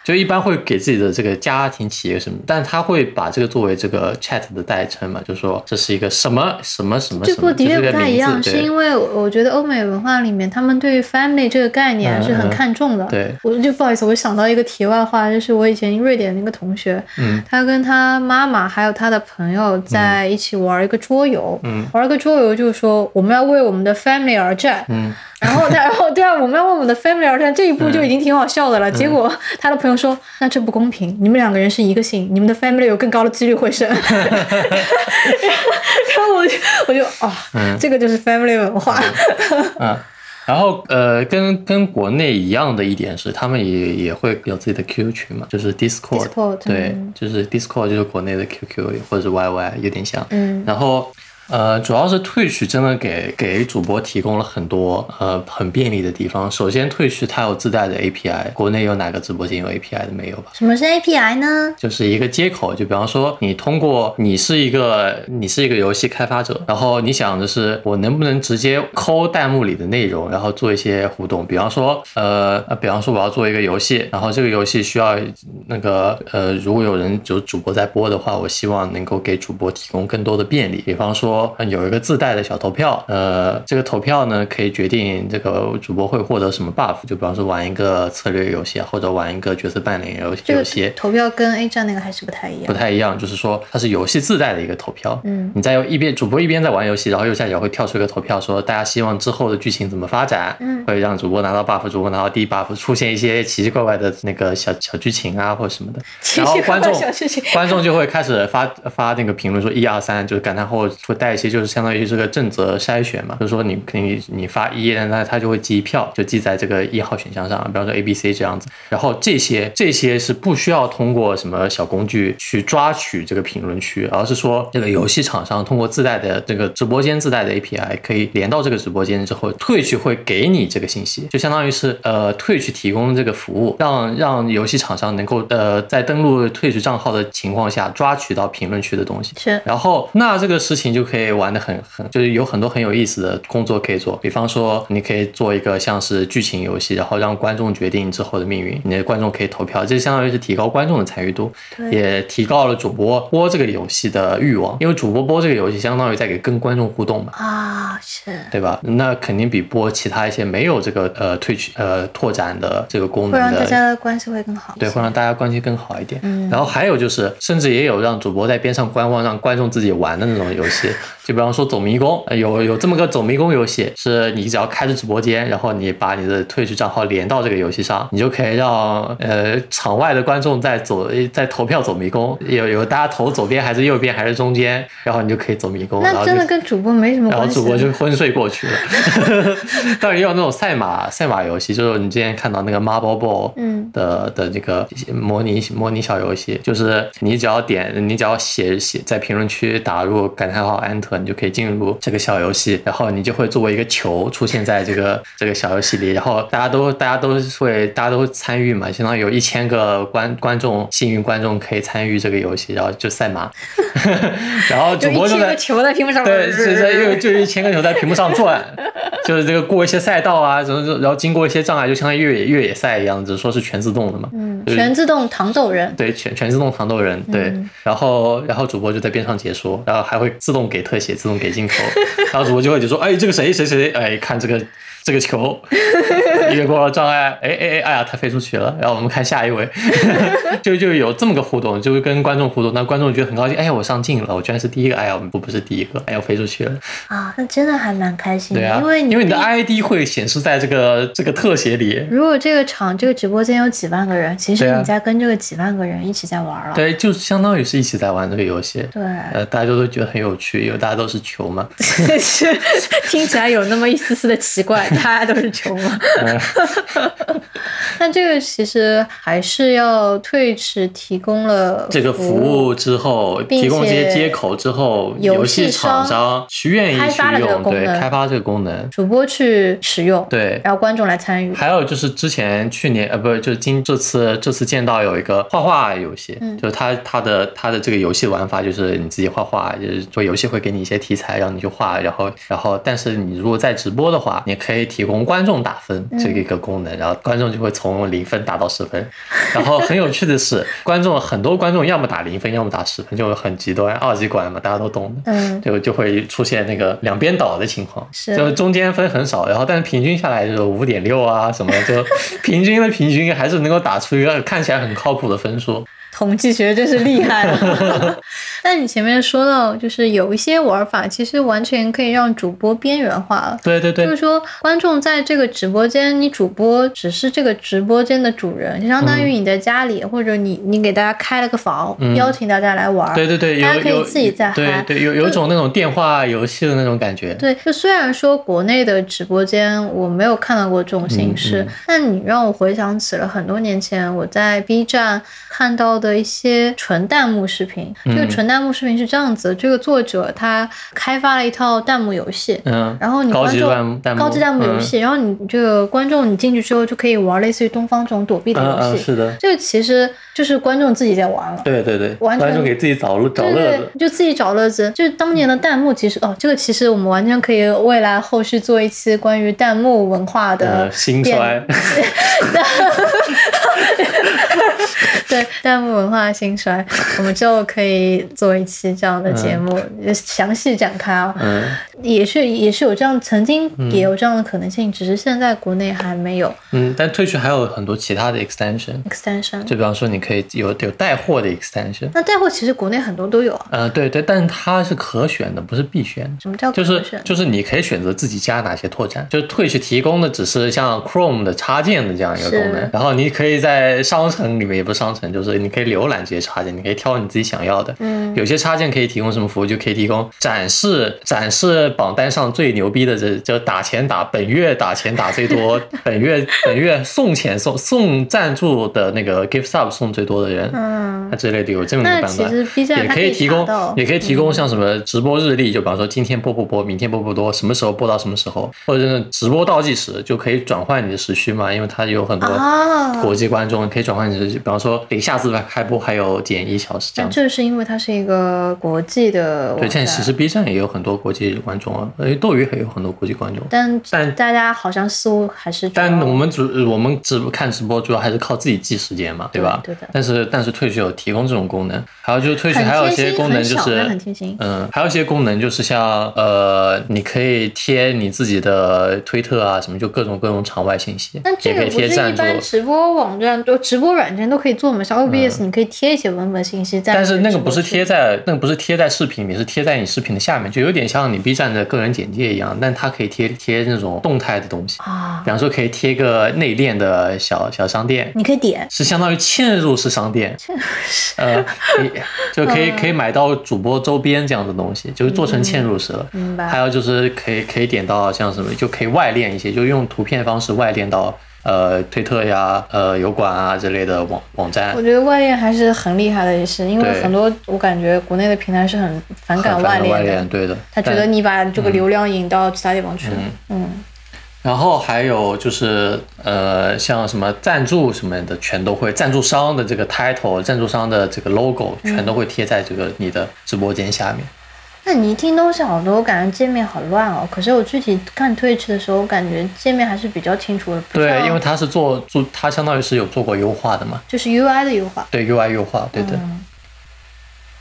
就一般会给自己的这个家庭起一个什么，但他会把这个作为这个 chat 的代称嘛，就说这是一个什么什么什么
这
什
不
么，
的
就
确
是个
不太一
名
样，
字
是
对
因为我我觉得欧美文化里面，他们对于 family 这个概念是很
嗯嗯
看重的。
对
我就不好意思，我想到一个题外话，就是我以前瑞典那个同学，
嗯
他跟他妈妈还有他的朋友在一起玩一个桌游，
嗯
玩一个桌游就是说我们要为我们的 family 而战，
嗯，
然后他，然后对啊，我们要为我们的 family 而战，这一步就已经挺好笑
嗯
的了。结果他的朋友说：“那这不公平，你们两个人是一个姓，你们的 family 有更高的几率会 生。”然后然后我就我就哦，这个就是 family 文化，
嗯，然后呃，跟跟国内一样的一点是，他们也也会有自己的 QQ 群嘛，就是 Discord，,
Discord，
对，
嗯
就是 Discord 就是国内的 QQ 或者是 YY 有点像，
嗯
然后。呃，主要是 Twitch 真的给给主播提供了很多呃很便利的地方。首先，Twitch 它有自带的 API，国内有哪个直播间有 API 的没有吧？
什么是 API 呢？
就是一个接口，就比方说你通过你是一个你是一个游戏开发者，然后你想的是我能不能直接抠弹幕里的内容，然后做一些互动，比方说呃，呃比方说我要做一个游戏，然后这个游戏需要那个呃，如果有人有主播在播的话，我希望能够给主播提供更多的便利，比方说呃有一个自带的小投票，呃，这个投票呢可以决定这个主播会获得什么 buff，就比方说玩一个策略游戏啊，或者玩一个角色扮演游戏
这
游
个
戏，
投票跟 A 站那个还是不太一
不
样。
太一样，就是说它是游戏自带的一个投票。
嗯
你在一边主播一边在玩游戏，然后右下角会跳出一个投票，说大家希望之后的剧情怎么发展，
嗯
会让主播拿到 buff，主播拿到第一 buff，出现一些奇奇怪怪的那个小小剧情啊或者什么的。
奇
然后
奇怪
观
怪
众
小事情，
观众就会开始发发那个评论说一二三，就是感叹号会带一些就是相当于这个正则筛选嘛，就是说你你你发一，那他就会记一票，就记在这个一号选项上，比方说 A B C 这样子。然后这些这些是不需要通过什么小工具去抓取这个评论区，而是说这个游戏厂商通过自带的这个直播间自带的 A P I 可以连到这个直播间之后，退去会给你这个信息，就相当于是呃退去提供这个服务，让让游戏厂商能够呃在登录退去账号的情况下抓取到评论区的东西。
是
然后那这个事情就可以玩的很很，就是有很多很有意思的工作可以做。比方说，你可以做一个像是剧情游戏，然后让观众决定之后的命运，你的观众可以投票，这相当于是提高观众的参与度，也提高了主播播这个游戏的欲望，因为主播播这个游戏相当于在给跟观众互动嘛。
啊，是
对吧？那肯定比播其他一些没有这个呃退去呃拓展的这个功
会让
能
大
的
家的关系会更好一些。
对，会让大家关系更好一点。
嗯
然后还有就是，甚至也有让主播在边上观望，让观众自己玩的那种游戏，就比方说走迷宫，呃有有这么个走迷宫游戏，是你只要开着直播间，然后你把你的 Twitch 账号连到这个游戏上，你就可以让呃场外的观众在走在投票走迷宫，有有大家投左边还是右边还是中间，然后你就可以走迷宫，然后
那
就
真的跟主播没什么
然后
关系。
主播就昏睡过去了。 当然也有那种赛马赛马游戏，就是你之前看到那个 Marble Ball，
嗯
的的这个模拟模拟小游戏，就是你只要点，你只要写写在评论区打入感叹号 enter，你就可以进入这个小游戏，然后你就会作为一个球出现在这个这个小游戏里，然后大家都大家都会大家都参与嘛，相当于有一千个观观众幸运观众可以参与这个游戏，然后就赛马， 然后主
就
播
一
就
千
在
个球在屏幕上，
对，就是在又就一千个球在屏幕上转，就是这个过一些赛道啊，什么什么，然后经过一些障碍，就相当于越野越野赛一样，只是说是全自动的嘛。
嗯，
就是
全自嗯动糖豆人。
对，全全自动糖豆人，对，然后然后主播就在边上解说，然后还会自动给特写，自动给 镜头，然后主播就会解说，哎，这个谁谁谁，哎，看这个这个球 越过了障碍，哎哎哎，哎呀，他飞出去了，然后我们看下一位， 就就有这么个互动，就是跟观众互动，那观众觉得很高兴，哎，我上镜了，我居然是第一个，哎呀，我不是第一个，哎呀，我飞出去了，
啊，那真的还蛮开心的，
对啊，
因为你
因为你的
毕
ID 会显示在这个这个特写里。
如果这个场这个直播间有几万个人，其
对
实
啊
你在跟这个几万个人一起在玩了。
对，就相当于是一起在玩这个游戏，
对
呃，大家都觉得很有趣，因为大家都是球嘛，
是听起来有那么一丝丝的奇怪，大家都是球吗？ 但这个其实还是要退迟提供了
这个服务之后，
并
提供这些
且
接口之后，
游
游
戏
戏厂
商
商去愿意
开
去
发了这个
用，
功
对，
能
开发这个功能，
主播去使用，
对。
然后观众来参与。
还有就是之前去年呃，不是，就是今这次这次见到有一个画画游戏，
嗯
就是它它的它的这个游戏玩法就是你自己画画，就是做游戏会给你一些题材，让你去画，然后然后但是你如果在直播的话，你可以提供观众打分
嗯
这个一个功能，然后观众就会从零分打到十分，然后很有趣的是，观众很多观众要么打零分，要么打十分，就很极端，二极管嘛，大家都懂的。
嗯，
就就会出现那个两边倒的情况，
是
就中间分很少，然后但是平均下来就是五点六啊什么，就平均的平均还是能够打出一个看起来很靠谱的分数。
统计学真是厉 害了。 那你前面说到，就是有一些玩法其实完全可以让主播边缘化了。
对对
就是
对，
说，观众在这个直播间，你主播只是这个直播间的主人，就相当
嗯
于你在家里，或者你你给大家开了个房，邀请大家来玩儿。
对对对，
大
有
家可以
有
自己再
对
嗨
对有有一种那种电话游戏的那种感觉。
对就虽然说国内的直播间我没有看到过这
嗯
种形式，但你让我回想起了很多年前我在 B 站看到的一些纯弹幕视频。这
嗯
个纯弹幕视频是这样子，这个作者他开发了一套弹幕游戏，
嗯，
然后你
高
观
级
众
弹幕弹幕嗯
高级弹幕游戏，然后你这个观众你进去之后就可以玩类似于东方这种躲避的
嗯嗯
游戏，
是的，
这个其实就是观众自己在玩了。
对对对，
完全
观众给自己找乐找
对
乐
对
子。，
就自己找乐子。就是当年的弹幕，其实哦，这个其实我们完全可以未来后续做一期关于弹幕文化的
呃，兴
变
衰，
对弹幕文化兴衰，我们之后可以做一期这样的节目，呃详细展开啊。
嗯，
也是也是有这样，曾经也有这样的可能性，只是现在国内还没有
嗯，但退去还有很多其他的 extension，
extension。
就比方说你可以有有带货的 extension，
那带货其实国内很多都有啊。
呃，对对，但它是可选的，不是必选的。
什么叫
就
可
是
选？
就是你可以选择自己加哪些拓展，就是 Twitch 提供的只是像 Chrome 的插件的这样一个功能
是，
然后你可以在商城里面也不是商城，就是你可以浏览这些插件，你可以挑你自己想要的。
嗯，
有些插件可以提供什么服务，就可以提供展示展示榜单上最牛逼的这就打钱打本月打钱打最多， 本月本月送钱送送赞助的那个 Gift Sub 送最多的人，
嗯，
啊之类的有这么一个
那
版
其
本。
实 B 站
也
它
可
以
提
查
供
到，
也可以提
嗯
供像什么直播日历，就比方说今天播不播，明天播不播，什么时候播到什么时候，或者是直播倒计时，就可以转换你的时区嘛，因为它有很多
啊，
国际观众可以转换你的时区，比方说离下次开播还有减一小时这
那
样子。
这是因为它是一个国际的网
对，现在
站，
其实 B 站也有很多国际观众啊，呃，斗鱼也有很多国际观众。
但
但
大家好像似乎还是主要
但我们主我们直看直播主要还是靠自己记时间嘛，对吧？
对对的
但是但是退学有提供这种功能，还有就是退学
很
还有一
贴
些
心
功能
很
就
小
是
但很贴心
嗯，还有一些功能就是像呃，你可以贴你自己的推特啊什么，就各种各种场外信息
但，这
也
个
可以
不
贴
是
赞
一
助。嗯
般直播网站都直播软件都可以做嘛，像 OBS 你可以贴一些文本信息在。
但是那个不是贴在那个不是贴在视频里，是贴在你视频的下面，就有点像你 B 站的个人简介一样，但它可以贴贴那种动态的东西，
啊，
比方说可以贴个内链的小小商店，
你可以点。
是相当于嵌入式商店，呃， 你就可
嗯
以可以买到主播周边这样的东西，就是做成嵌入式了。
嗯明白
还有就是可以可以点到像什么，就可以外链一些，就用图片方式外链到呃推特呀、呃油管啊之类的网网站
我。觉得外链还是很厉害的，也是因为
对
很多我感觉国内的平台是很反感
很
外
反
链
外
的，
链，对的。
他觉
但
得你把这个流量引到其他地方去，嗯，
然后还有就是呃，像什么赞助什么的，全都会赞助商的这个 title、赞助商的这个 logo，全都会贴在这个你的直播间下面。
那你一听东西好多，我感觉界面好乱哦。可是我具体看 Twitch 的时候，我感觉界面还是啊比较清楚的，不像
对，因为它是做做，它相当于是有做过优化的嘛，
就是 UI 的优化，
对 UI 优化，对的。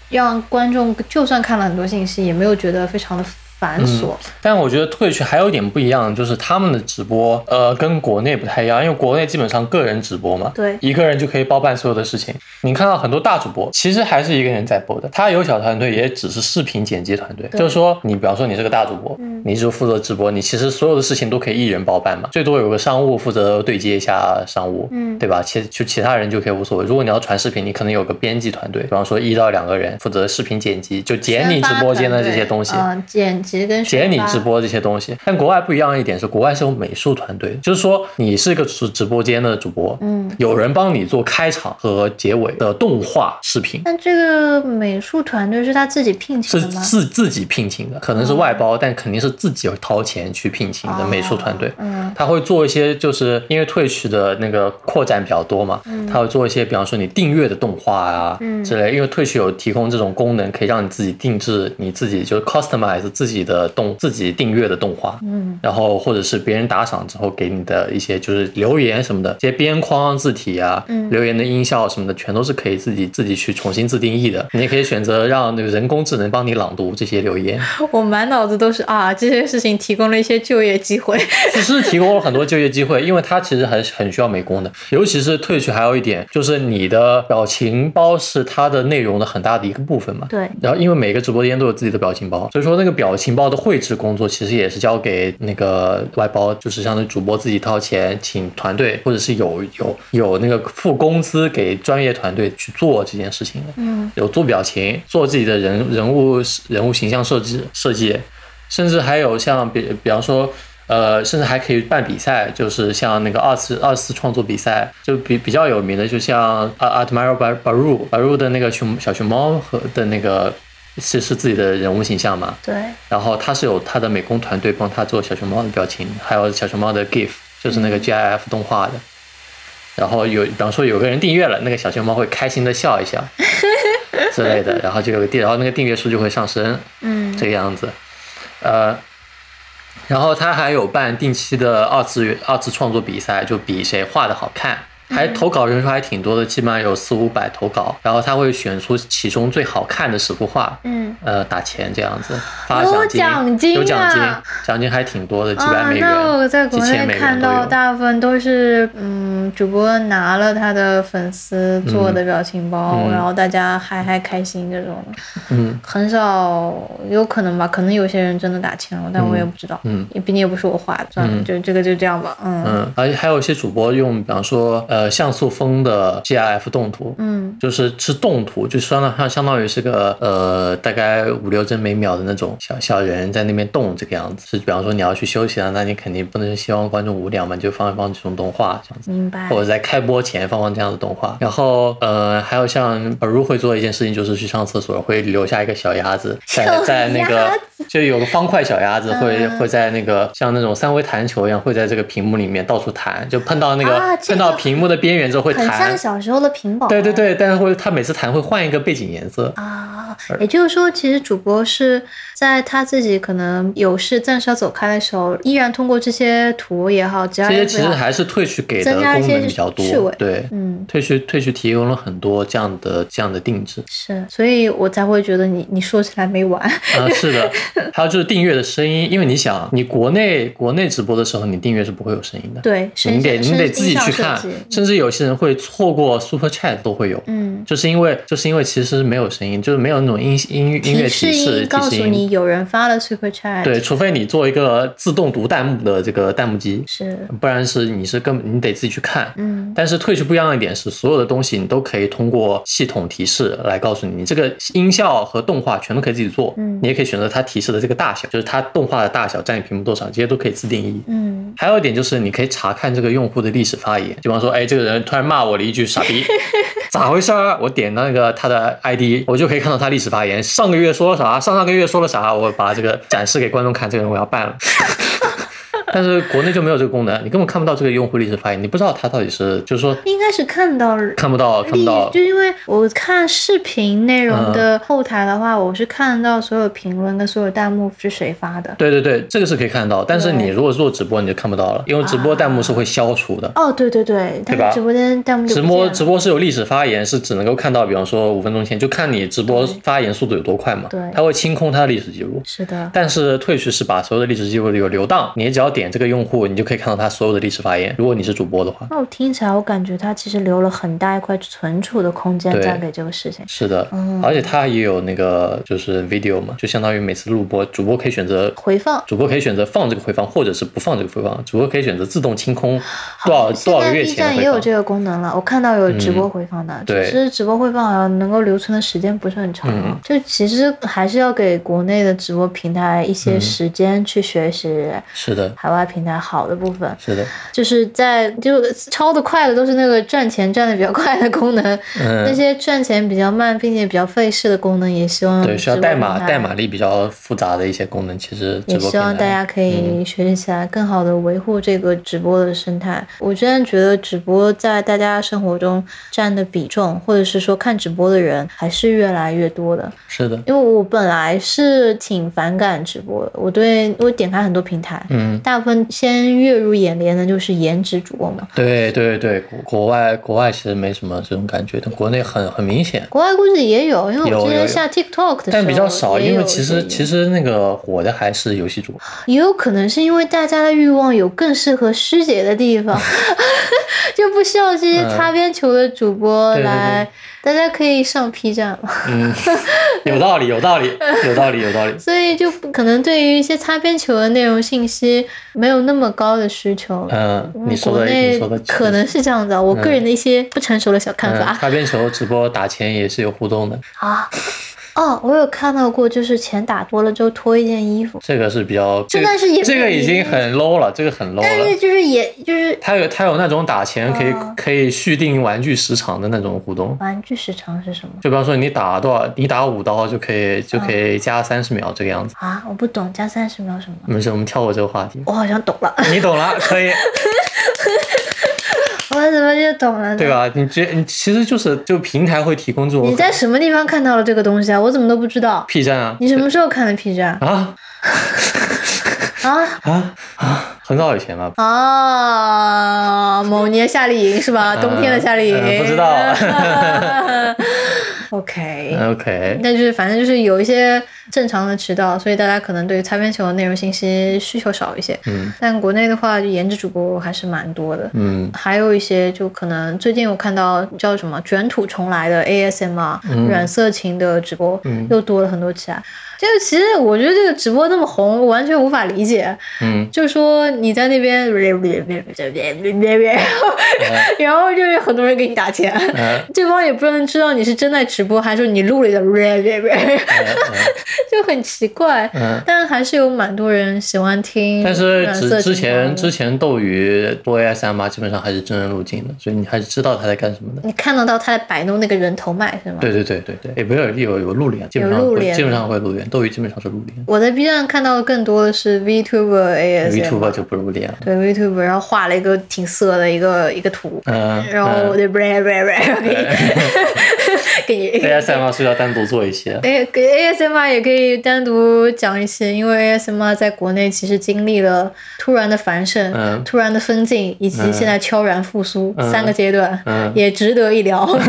让观众就算看了很多信息，也没有觉得非常的繁琐。
但我觉得退去还有一点不一样，就是他们的直播，呃，跟国内不太一样，因为国内基本上个人直播嘛，
对
一个人就可以包办所有的事情。你看到很多大主播，其实还是一个人在播的，他有小团队，也只是视频剪辑团队。
对嗯
就是说，你比方说你是个大主播，你就负责直播，你其实所有的事情都可以一人包办嘛，最多有个商务负责对接一下商务，
嗯
对吧？其就其他人就可以无所谓。如果你要传视频，你可能有个编辑团队，比方说一到两个人负责视频剪辑，就剪你直播间的这些东西，
嗯、剪辑跟
剪你直
宣发，
播这些东西。但国外不一样一点是，国外是有美术团队的，就是说你是一个直直播间的主播，
嗯，
有人帮你做开场和结尾的动画视频。
但这个美术团队是他自己聘
是
请的吗？
自自己聘请的，可能是外包，但肯定是自己掏钱去聘请的美术团队。
嗯，
他会做一些，就是因为 Twitch 的那个扩展比较多嘛，他会做一些，比方说你订阅的动画啊、
嗯
之类，因为 Twitch 有提供这种功能，可以让你自己定制，你自己就 customize 自己的动自己订阅的动画，
嗯，
然后或者是别人打赏之后给你的一些就是留言什么的，这些边框字体啊，
嗯
留言的音效什么的，全都是可以自己自己去重新自定义的。你也可以选择让那个人工智能帮你朗读这些留言，
我满脑子都是啊，这些事情提供了一些就业机会。
只是提供了很多就业机会，因为它其实很很需要美工的，尤其是退去还有一点就是你的表情包是它的内容的很大的一个部分嘛。
对，
然后，因为每个直播间都有自己的表情包，所以说那个表情包的绘制工作其实也是交给那个外包，就是相当于主播自己掏钱请团队，或者是有有有那个付工资给专业团队去做这件事情的。
嗯，
有做表情，做自己的人人物人物形象设计设计，甚至还有像比比方说。呃，甚至还可以办比赛，就是像那个二次二次创作比赛，就比比较有名的，就像啊啊 t m a r o Bar Baru Baru 的那个熊小熊猫和的那个是是自己的人物形象嘛，
对，
然后他是有他的美工团队帮他做小熊猫的表情，还有小熊猫的 GIF，就是
嗯
那个 GIF 动画的。然后有，比方说有个人订阅了，那个小熊猫会开心的笑 一笑之类的，然后就有个订，然后那个订阅数就会上升，
嗯
这个样子。呃，然后他还有办定期的二次元二次创作比赛，就比谁画的好看。还投稿人数还挺多的，基本上有四五百投稿，然后他会选出其中最好看的十幅画，
嗯，
呃打钱这样子，发
有
奖金，
奖金
有奖金
啊，
奖金还挺多的，几百
啊，
美元，
那我在
几
国内
千美
看
元都
到
有。
大部分都是嗯，主播拿了他的粉丝做的表情包，
嗯
然后大家嗨嗨开心这种，
嗯，
很少，有可能吧，可能有些人真的打钱了，但我也不知道，
嗯，
毕竟也不是我画的，算了，就这个就这样吧，嗯
嗯，而且还有一些主播用，比方说呃像素风的 GIF 动图，
嗯
就是是动图，就相当相相当于是个呃大概五六帧每秒的那种小小人在那边动这个样子。是比方说你要去休息了，那你肯定不能希望观众无聊嘛，你就放一放这种动画这样子。
明白
或，者在开播前放放这样的动画。然后呃，还有像耳如会做一件事情，就是去上厕所会留下一个小鸭子，在
小
在那个
鸭嗯
就有个方块小鸭子会会在那个像那种三维弹球一样，会在这个屏幕里面到处弹，就碰到那个、
啊这
碰到
个
屏幕的边缘之后会
很
弹
像。小时候的屏保，
对对对，但是会它每次弹会换一个背景颜色，
啊，啊。也就是说，其实主播是在他自己可能有事暂时要走开的时候，依然通过这些图也好，只要
这些其实还是退去给的
增加一
功
些
能比较
趣
多
味，
对，
嗯。
退去退去提供了很多这样的这样的定制，
是，所以我才会觉得你你说起来没完，
啊，是的，还有就是订阅的声音，因为你想，你国内国内直播的时候，你订阅是不会有声音的，
对，
你
声
得你
声
得
音
自己
效
去
设
看
计，
甚至有些人会错过 Super Chat 都会有，
嗯，
就是因为就是因为其实没有声音，就是没有那种音音音乐
提
提示
示音
提
告
示
诉
音，
你有人发了 super chat，
对，，除非你做一个自动读弹幕的这个弹幕机，
是，
不然是你是根本你得自己去看。
嗯，
但是退去不一样的一点是，所有的东西你都可以通过系统提示来告诉你，你这个音效和动画全都可以自己做，
嗯
你也可以选择它提示的这个大小，就是它动画的大小占你屏幕多少，这些都可以自定义。
嗯，
还有一点就是，你可以查看这个用户的历史发言，比方说，哎，这个人突然骂我了一句“傻逼”，咋回事儿？我点那个他的 ID，我就可以看到他历史发言，上个月说了啥，上上个月说了啥，我把这个展示给观众看，这个人我要办了。但是国内就没有这个功能，你根本看不到这个用户历史发言，你不知道他到底是，就是说
应该是看到了。
看不到，看不到嗯
就。因为我看视频内容的后台的话，我是看得到所有评论跟所有弹幕是谁发的。
对对对，这个是可以看到，但是你
对
如果做直播你就看不到了，因为直播弹幕是会消除的。
哦，对对对，他
对吧
们直播间弹幕就
直
不见
播
了
直播是有历史发言，是只能够看到，比方说五分钟前，就看你直播发言速度有多快嘛。
对
它会清空它的历史记录。
是的，
但是退去是把所有的历史记录有留档，你只要点这个用户，你就可以看到他所有的历史发言。如果你是主播的话，
那我哦听起来我感觉他其实留了很大一块存储的空间
对
在给这个事情。
是的，
嗯
而且它也有那个就是 video 嘛，就相当于每次录播，主播可以选择
回放
主播可以选择放这个回放，或者是不放这个回放。主播可以选择自动清空多少
现
多少
在
个月
B
前的
站
回
也有
放。嗯
这个功能了，我看到有直播回放的，
对嗯
只是直播回放好像能够留存的时间不是很长啊，就其实还是要给国内的直播平台一
嗯
些时间去学习
是的，
海外平台好的部分。
是的，
就是在就抄的快的都是那个赚钱赚的比较快的功能，那
嗯，
些赚钱比较慢并且比较费事的功能，也希望
对，需要
嗯直播
代
平
码
台
代码力比较复杂的一些功能，其实直
也
播
希望
平
大
台嗯
家可以学习起来，更好的维护这个直播的生态。我真的觉得直播在大家生活中占的比重，或者是说看直播的人，还是越来越多的。
是的，
因为我本来是挺反感直播的，我对我点开很多平台，
嗯，
大部分先跃入眼帘的就是颜值主播嘛。
对对对，国国外国外其实没什么这种感觉，但国内很很明显，
国外估计也有，因为
有
我之
有有
前下 TikTok 的时候，
但比较少，
也
因为
有
其
这
实
个
其实那个火的还是游戏主播，
也有可能是因为大家的欲望有更适合师姐的地方，就不需要这些擦边球的主播
对对对
来，大家可以上 P 站嘛。
嗯，有道理有道理有道理有道理，
所以就不可能对于一些擦边球的内容信息没有那么高的需求。
嗯，
嗯
你说
国
的你
内
说的
可能是这样子啊，我个人的一些不成熟的小看
嗯，
法、
擦边球直播打钱也是有互动的，
啊。哦，我有看到过，就是钱打多了之后脱一件衣服，
这个是比较这个
但是也
这个
不
已经很 low 了，这个很 low
但是
了。
就是也就是
他有他有那种打钱可以、
啊
可以续订玩具时长的那种互动，
玩具时长是什么
就比方说你打多少，你打五刀就可以就可以加三十秒这个样子。
啊？我不懂，加三十秒什么？
没事，我们跳过这个 话题。
我好像懂了。
你懂了，可以，
我怎么就懂了呢？
对吧？你觉你其实就是就平台会提供这种
你在什么地方看到了这个东西啊？我怎么都不知道。
P 站啊，
你什么时候看的 P 站
啊
啊？
啊啊，很早以前吧，
啊，某年夏令营是吧？冬天的夏令
嗯
营，
不知道。
OK，
呃 OK，
那就是反正就是有一些正常的渠道，所以大家可能对擦边球的内容信息需求少一些。
嗯
但国内的话，就颜值主播还是蛮多的。
嗯
还有一些就可能最近我看到叫什么卷土重来的 ASMR、软
嗯
色情的直播、又多了很多起来。这个其实我觉得这个直播那么红，我完全无法理解。
嗯，
就说你在那边， 然后就有很多人给你打钱，
呃
对方也不能知道你是真在直播，还说你录了一个，
哎
就很奇怪。
嗯。
但还是有蛮多人喜欢听
但
软色
是
情的，
之之前之前斗鱼多 ASM r 基本上还是真人路径的，所以你还是知道他在干什么的。
你看得到他在摆弄那个人头麦是吗？
对对对对对，也没有有有露脸，基本上
啊有露
会
脸
基本上会露脸，斗鱼基本上是露脸
我在 B 站看到的更多的是 VTuber
，Vtuber
ASM，
就不露脸了。
对 VTuber，然后画了一个挺色的一个一个图，
嗯，
然后我就 blah blah blah 给你 给你
ASMR 是要单独做一些。
哎，给 ASMR 也可以单独讲一些，因为 ASMR 在国内其实经历了突然的繁盛、
嗯
突然的分境，以及现在悄然复苏、
嗯
三个阶段，
嗯
也值得一聊。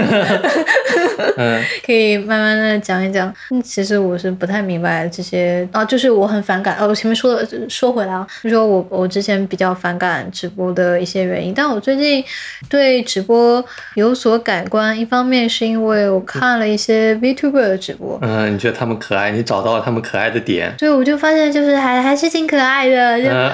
嗯
可以慢慢的讲一讲。嗯其实我是不太明白这些啊，就是我很反感。哦，我前面说了，说回来啊，就说我我之前比较反感直播的一些原因，但我最近对直播有所改观。一方面是因为我看了一些 Vtuber 的直播，
嗯，你觉得他们可爱，你找到了他们可爱的点。
所以我就发现就是还还是挺可爱的，就、
嗯，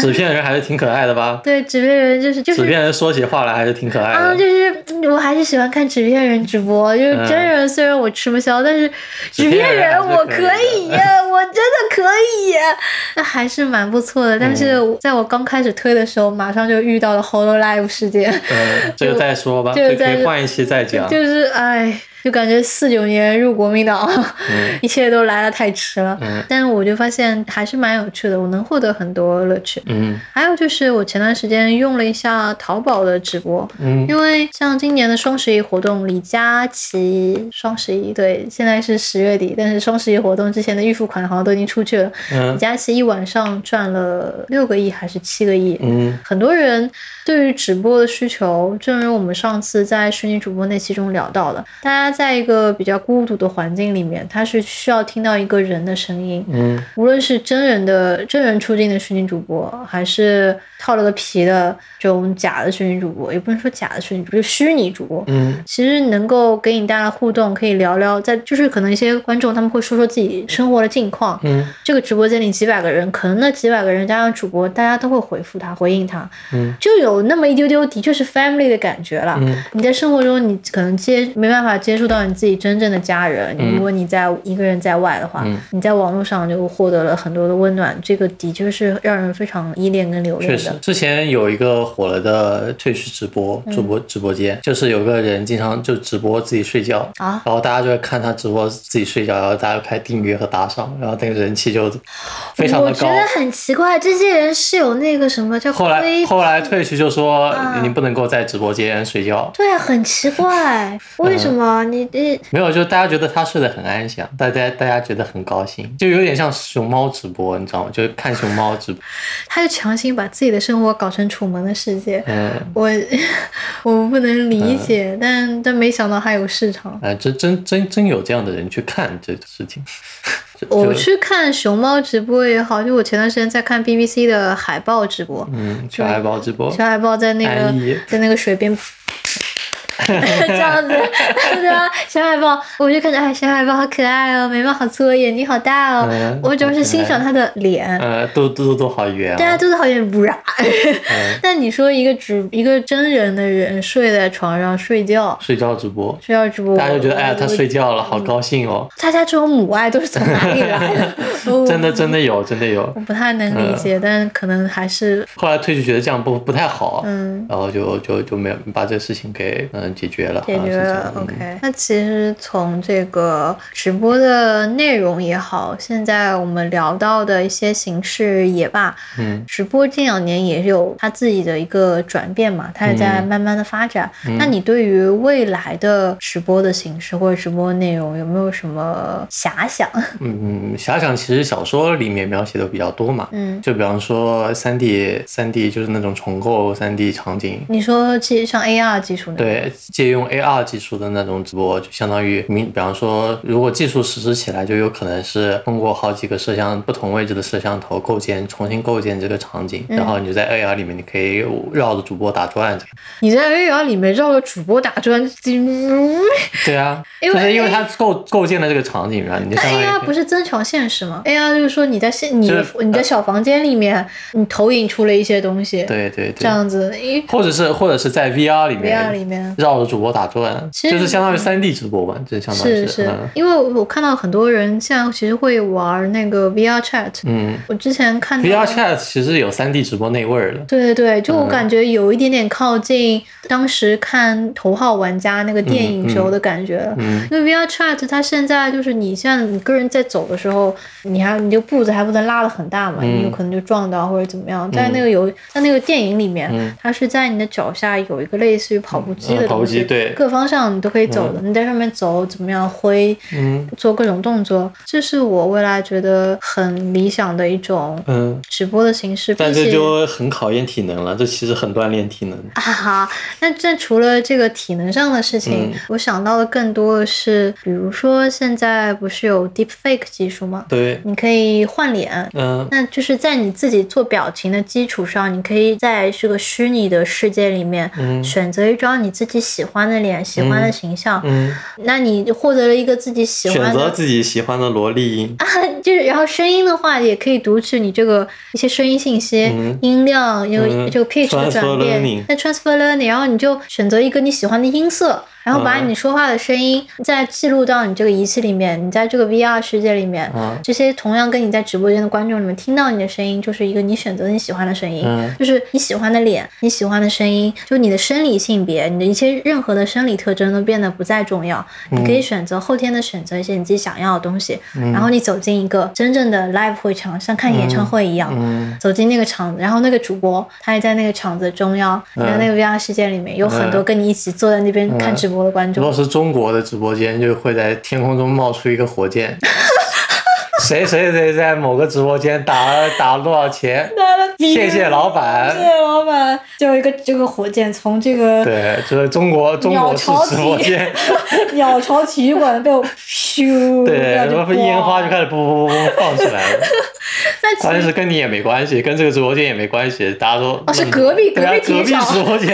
纸片人还是挺可爱的吧？
对纸片人就是就
纸
是。
片人说起话来还是挺可爱
啊，
的
就。是嗯我还是喜欢看纸片人直播，就是
嗯
真人虽然我吃不消，但是纸
纸
片
片
人
人
我
还是
可
可
以
以
呀、我真的可以呀、那还是蛮不错的。但是
嗯
在我刚开始推的时候，马上就遇到了 Hololive 事件，
嗯，这个再说吧，
就
这个可
在
以换一期再讲。
就是哎，就感觉四九年入国民党，
嗯
一切都来得太迟了。
嗯
但是我就发现还是蛮有趣的，我能获得很多乐趣。
嗯
还有就是，我前段时间用了一下淘宝的直播，
嗯
因为像今年的双十一活动，李佳琦双十一对，现在是十月底，但是双十一活动之前的预付款好像都已经出去了。李
嗯
佳琦一晚上赚了六个亿还是七个亿？
嗯
很多人对于直播的需求，正如我们上次在虚拟主播那期中聊到的，大家在一个比较孤独的环境里面，他是需要听到一个人的声音，
嗯
无论是真人的真人出镜的虚拟主播，还是套了个皮的这种假的虚拟主播，也不能说假的虚拟主播，就虚拟主播。
嗯
其实能够给你带来互动，可以聊聊，在就是可能一些观众他们会说说自己生活的近况。
嗯
这个直播间里几百个人，可能那几百个人加上主播，大家都会回复他、回应他，
嗯
就有那么一丢丢，的确是 family 的感觉了。
嗯
你在生活中，你可能接没办法接触到你自己真正的家人。
嗯
如果你在一个人在外的话，
嗯
你在网络上就获得了很多的温暖，这个的确是让人非常依恋跟留恋
确实
的。，
之前有一个火了的退去直播
嗯
主播直播间，就是有个人经常就直播自己睡觉
啊
然后大家就会看他直播自己睡觉，然后大家就开始订阅和打赏，然后那个人气就非常
我
的
觉
高。
得很奇怪，这些人是有那个什么叫
后来
规
后来退去就说、
啊
你不能够在直播间睡觉，
对啊，很奇怪，为什么你你
没有，就大家觉得他睡得很安详，大家大家觉得很高兴，就有点像熊猫直播，你知道吗？就是看熊猫直播，
他就强行把自己的生活搞成楚门的世界？
嗯。
我 我不能理解，但但没想到还有市场。
哎，真真真真有这样的人去看这个事情，就
我
就
去看熊猫直播也好，就我前段时间在看 BBC 的海豹直播，
嗯，小海豹直播，
小海豹在那个
安逸
在那个水边。 这样子，对吧？小海豹，我就看着，哎，小海豹好可爱哦，眉毛好粗，眼睛好大哦。
嗯
我主要是欣赏它的脸，
呃，肚肚肚好圆、
大家
哦。
肚子好像不然。
嗯，
但你说一个直一个真人的人睡在床上睡觉，
睡觉直播，
睡觉直播，
大家就觉得哎呀，
我
他睡觉了，好高兴哦。
大家这种母爱都是从哪里来的？ 我
真的真的有，真的有
我。不太能理
嗯
解，但可能还是
后来退去觉得这样不不太好，啊
嗯
然后就就就没有把这事情给嗯解决了，
解
好像
决
是这
了
样。。嗯
OK，那其实从这个直播的内容也好，现在我们聊到的一些形式也罢，
嗯，
直播这两年也有它自己的一个转变嘛，它也在
嗯
慢慢的发展。那你对于未来的直播的形式或者直播内容有没有什么遐想？
嗯，遐想其实小说里面描写的比较多嘛，
嗯，
就比方说三 D 三 D 就是那种重构三 D 场景，
你说其实像 AR 技术那种，
对，借用 AR 技术的那种直播，就相当于明，比方说，如果技术实施起来，就有可能是通过好几个摄像不同位置的摄像头构建，重新构建这个场景，
嗯
然后你就在 AR 里面，你可以绕着主播打转。
你在 AR 里面绕着主播打转，嗯
对啊，
因为
就是因为它构构建了这个场景，然后你就
那
相当于
AR 不是增强现实吗？AR 就是说你在现你
就
的
是呃
你的小房间里面，你投影出了一些东西，
对对
这
对，
样子，因为
或者是或者是在 VR 里
VR
面
里面。
绕着主播打转，
其
就
实
是相当于三 D 直播嘛，这相当于
是是
嗯，
因为我看到很多人现在其实会玩那个 VR Chat，
嗯
我之前看到
，VR Chat 其实有三 D 直播那味儿了。
对对对，就我
嗯
感觉有一点点靠近当时看《头号玩家》那个电影时候的感觉了。
嗯
因为 VR Chat 它现在就是你像你个人在走的时候，你还你就步子还不能拉得很大嘛，
嗯
你有可能就撞到或者怎么样。在那个游在那个电影里面，
嗯
它是在你的脚下有一个类似于跑步机
嗯
的
投机对
各方向你都可以走的。你在上面走，怎么样挥，
嗯
做各种动作，这是我未来觉得很理想的一种
嗯，
直播的形式。
但
并
这
且
就很考验体能了，这其实很锻炼体能。
啊哈，那这除了这个体能上的事情，
嗯
我想到的更多的是，比如说现在不是有 deepfake 技术吗？
对，
你可以换脸，
嗯
那就是在你自己做表情的基础上，你可以在这个虚拟的世界里面
嗯
选择一张你自己喜欢的脸、喜欢的形象。
嗯，
那你获得了一个自己喜
选
欢
择
的，
自己喜欢的萝莉音，
啊 就是然后声音的话，也可以读取你这个一些声音信息、
嗯
音量，有、
嗯
这个 pitch 的
transfer
转变
learning。
那 transfer learning，然后你就选择一个你喜欢的音色，然后把
嗯
你说话的声音再记录到你这个仪器里面，你在这个 VR 世界里面，
嗯
这些同样跟你在直播间的观众里面听到你的声音，就是一个你选择你喜欢的声音，
嗯
就是你喜欢的脸，你喜欢的声音，就你的生理性别，你的一些任何的生理特征都变得不再重要，
嗯
你可以选择后天的选择一些你自己想要的东西，然后你走进一个真正的 live 会场，像看演唱会一样。
嗯
走进那个场子，然后那个主播他也在那个场子中央，
嗯
然后那个 VR 世界里面有很多跟你一起坐在那边看直播的观
如
众。
果是中国的直播间，就会在天空中冒出一个火 箭。谁谁谁在某个直播间打 了打了多少 钱？谢谢老
谢
板。
谢老板，就有一个这个火箭从这个
对，就是中国中国式直播间，
鸟巢体育馆 被我咻，
对，
然
然
后
后
就
烟花就
爆
开始嘣嘣嘣嘣放起来了。
那其
关键
实
是跟你也没关系，跟这个直播间也没关系，大家都
哦是隔壁
对啊
隔壁体育
隔壁
场
直播 间，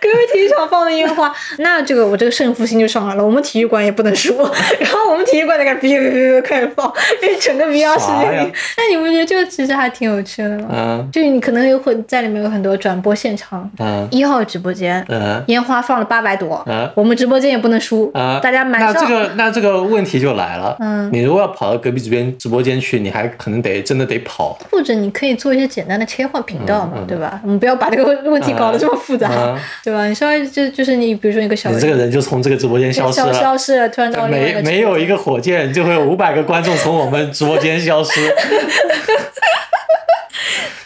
隔壁体育场放的烟花，那这个我这个胜负心就上来了。我们体育馆也不能输， 然后我们体育馆在开始哔哔哔哔开始放，因为整个 VR 世界
啥呀
里。那你不觉得这个其实还挺有趣的吗？
嗯
就是你可能有很在里面有很多转播现场，
嗯
一号直播间
嗯
烟花放了八百朵
嗯，
我们直播间也不能输，
啊，
大家买
那这
上。
个那这个问题就来了，
嗯
你如果要跑到隔壁这边直播间去，你还可能得真的得跑，
或者你可以做一些简单的切换频道嘛，
嗯嗯
对吧？我们不要把这个问题搞得这么复杂，
嗯嗯
对啊吧？你稍微就就是你，比如说一个小
你这个人就从这个直播间消失
消
了。
消失了，啊突然到另外一
没
个
没有一个火箭，就会有五百个观众从我们直播间消 失，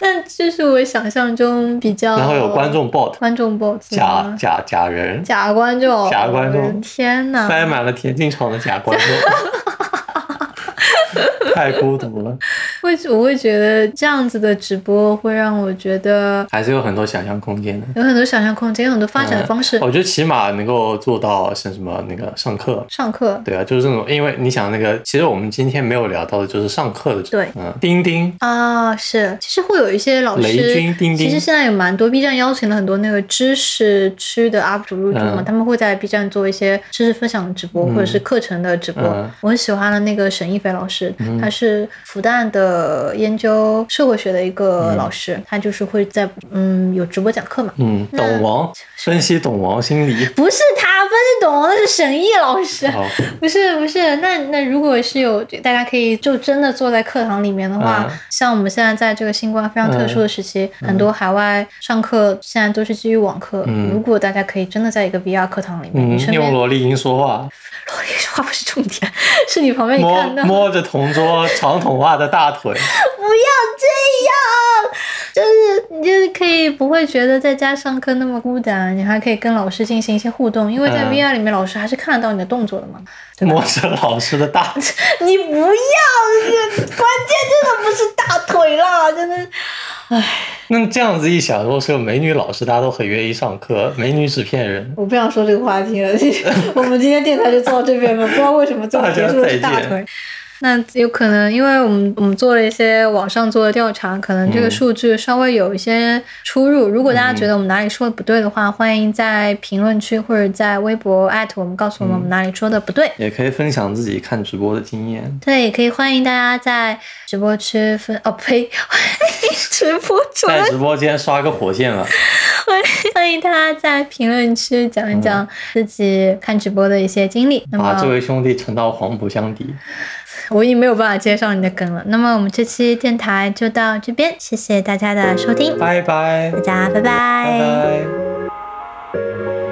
但这是我想象中比较。
然后有观众 bot
观众 boss
假
吗
假假人，
哦假观众
假观众
我的天哪！
塞满了田径场的假 观众，太孤独了，
会我会觉得这样子的直播会让我觉得
还是有很多想象空间的。呃
有很多想象空间，有很多发展的方式。
我觉得起码能够做到像什么那个上课，
上课
对啊，就是这种，因为你想那个，其实我们今天没有聊到的就是上课的，
对
嗯，钉钉，
啊，是，其实会有一些老
雷
师
军，钉钉
其实现在有蛮多 B 站邀请了很多那个知识区的 UP 主入驻嘛，
嗯
他们会在 B 站做一些知识分享直播、或者是课程的直播。
嗯
我很喜欢的那个沈一菲老师，他是复旦的研究社会学的一个老师，他就是会在嗯有直播讲课嘛。
嗯，懂王分析懂王心理，
不是他，不是董，那是沈毅老师。
好，
不是不是，那那如果是有大家可以就真的坐在课堂里面的话，
嗯
像我们现在在这个新冠非常特殊的时期，很多海外上课现在都是基于网课。
嗯
如果大家可以真的在一个 VR 课堂里面，
嗯
你，身边
用萝
罗
莉音说话，
莉说话不是重点，是你旁边你
摸
看到
摸着同桌长筒袜的大 腿，
不要这样，就是你就是可以不会觉得在家上课那么孤单，你还可以跟老师进行一些互动，因为在
嗯
VR 里面老师还是看得到你的动作的嘛。对吧
摸着老师的大腿，
你不要，这关键真的不是大腿啦，真的。
那这样子一想，如果是个美女老师，大家都很愿意上课，美女纸片人，
我不想说这个话题了， 我们今天电台就做到这边吧，不知道为什么最后结束的是大
大家再
腿。那有可能，因为我们我们做了一些网上做的调查，可能
嗯
这个数据稍微有一些出入。如果大家觉得我们哪里说的不对的话，欢迎在评论区或者在微博艾特我们，告诉我们我
嗯
们哪里说的不对。
也可以分享自己看直播的经验，
对，也可以欢迎大家在直播区分哦呸， 直播区
在直播间刷个火箭了，
欢 迎欢迎大家在评论区讲一
嗯
讲自己看直播的一些经历。那
把这
么
位兄弟沉到黄浦江底。
我已经没有办法接上你的梗了。那么我们这期电台就到这边，谢谢大家的收听，
拜拜，
大家拜拜
拜拜。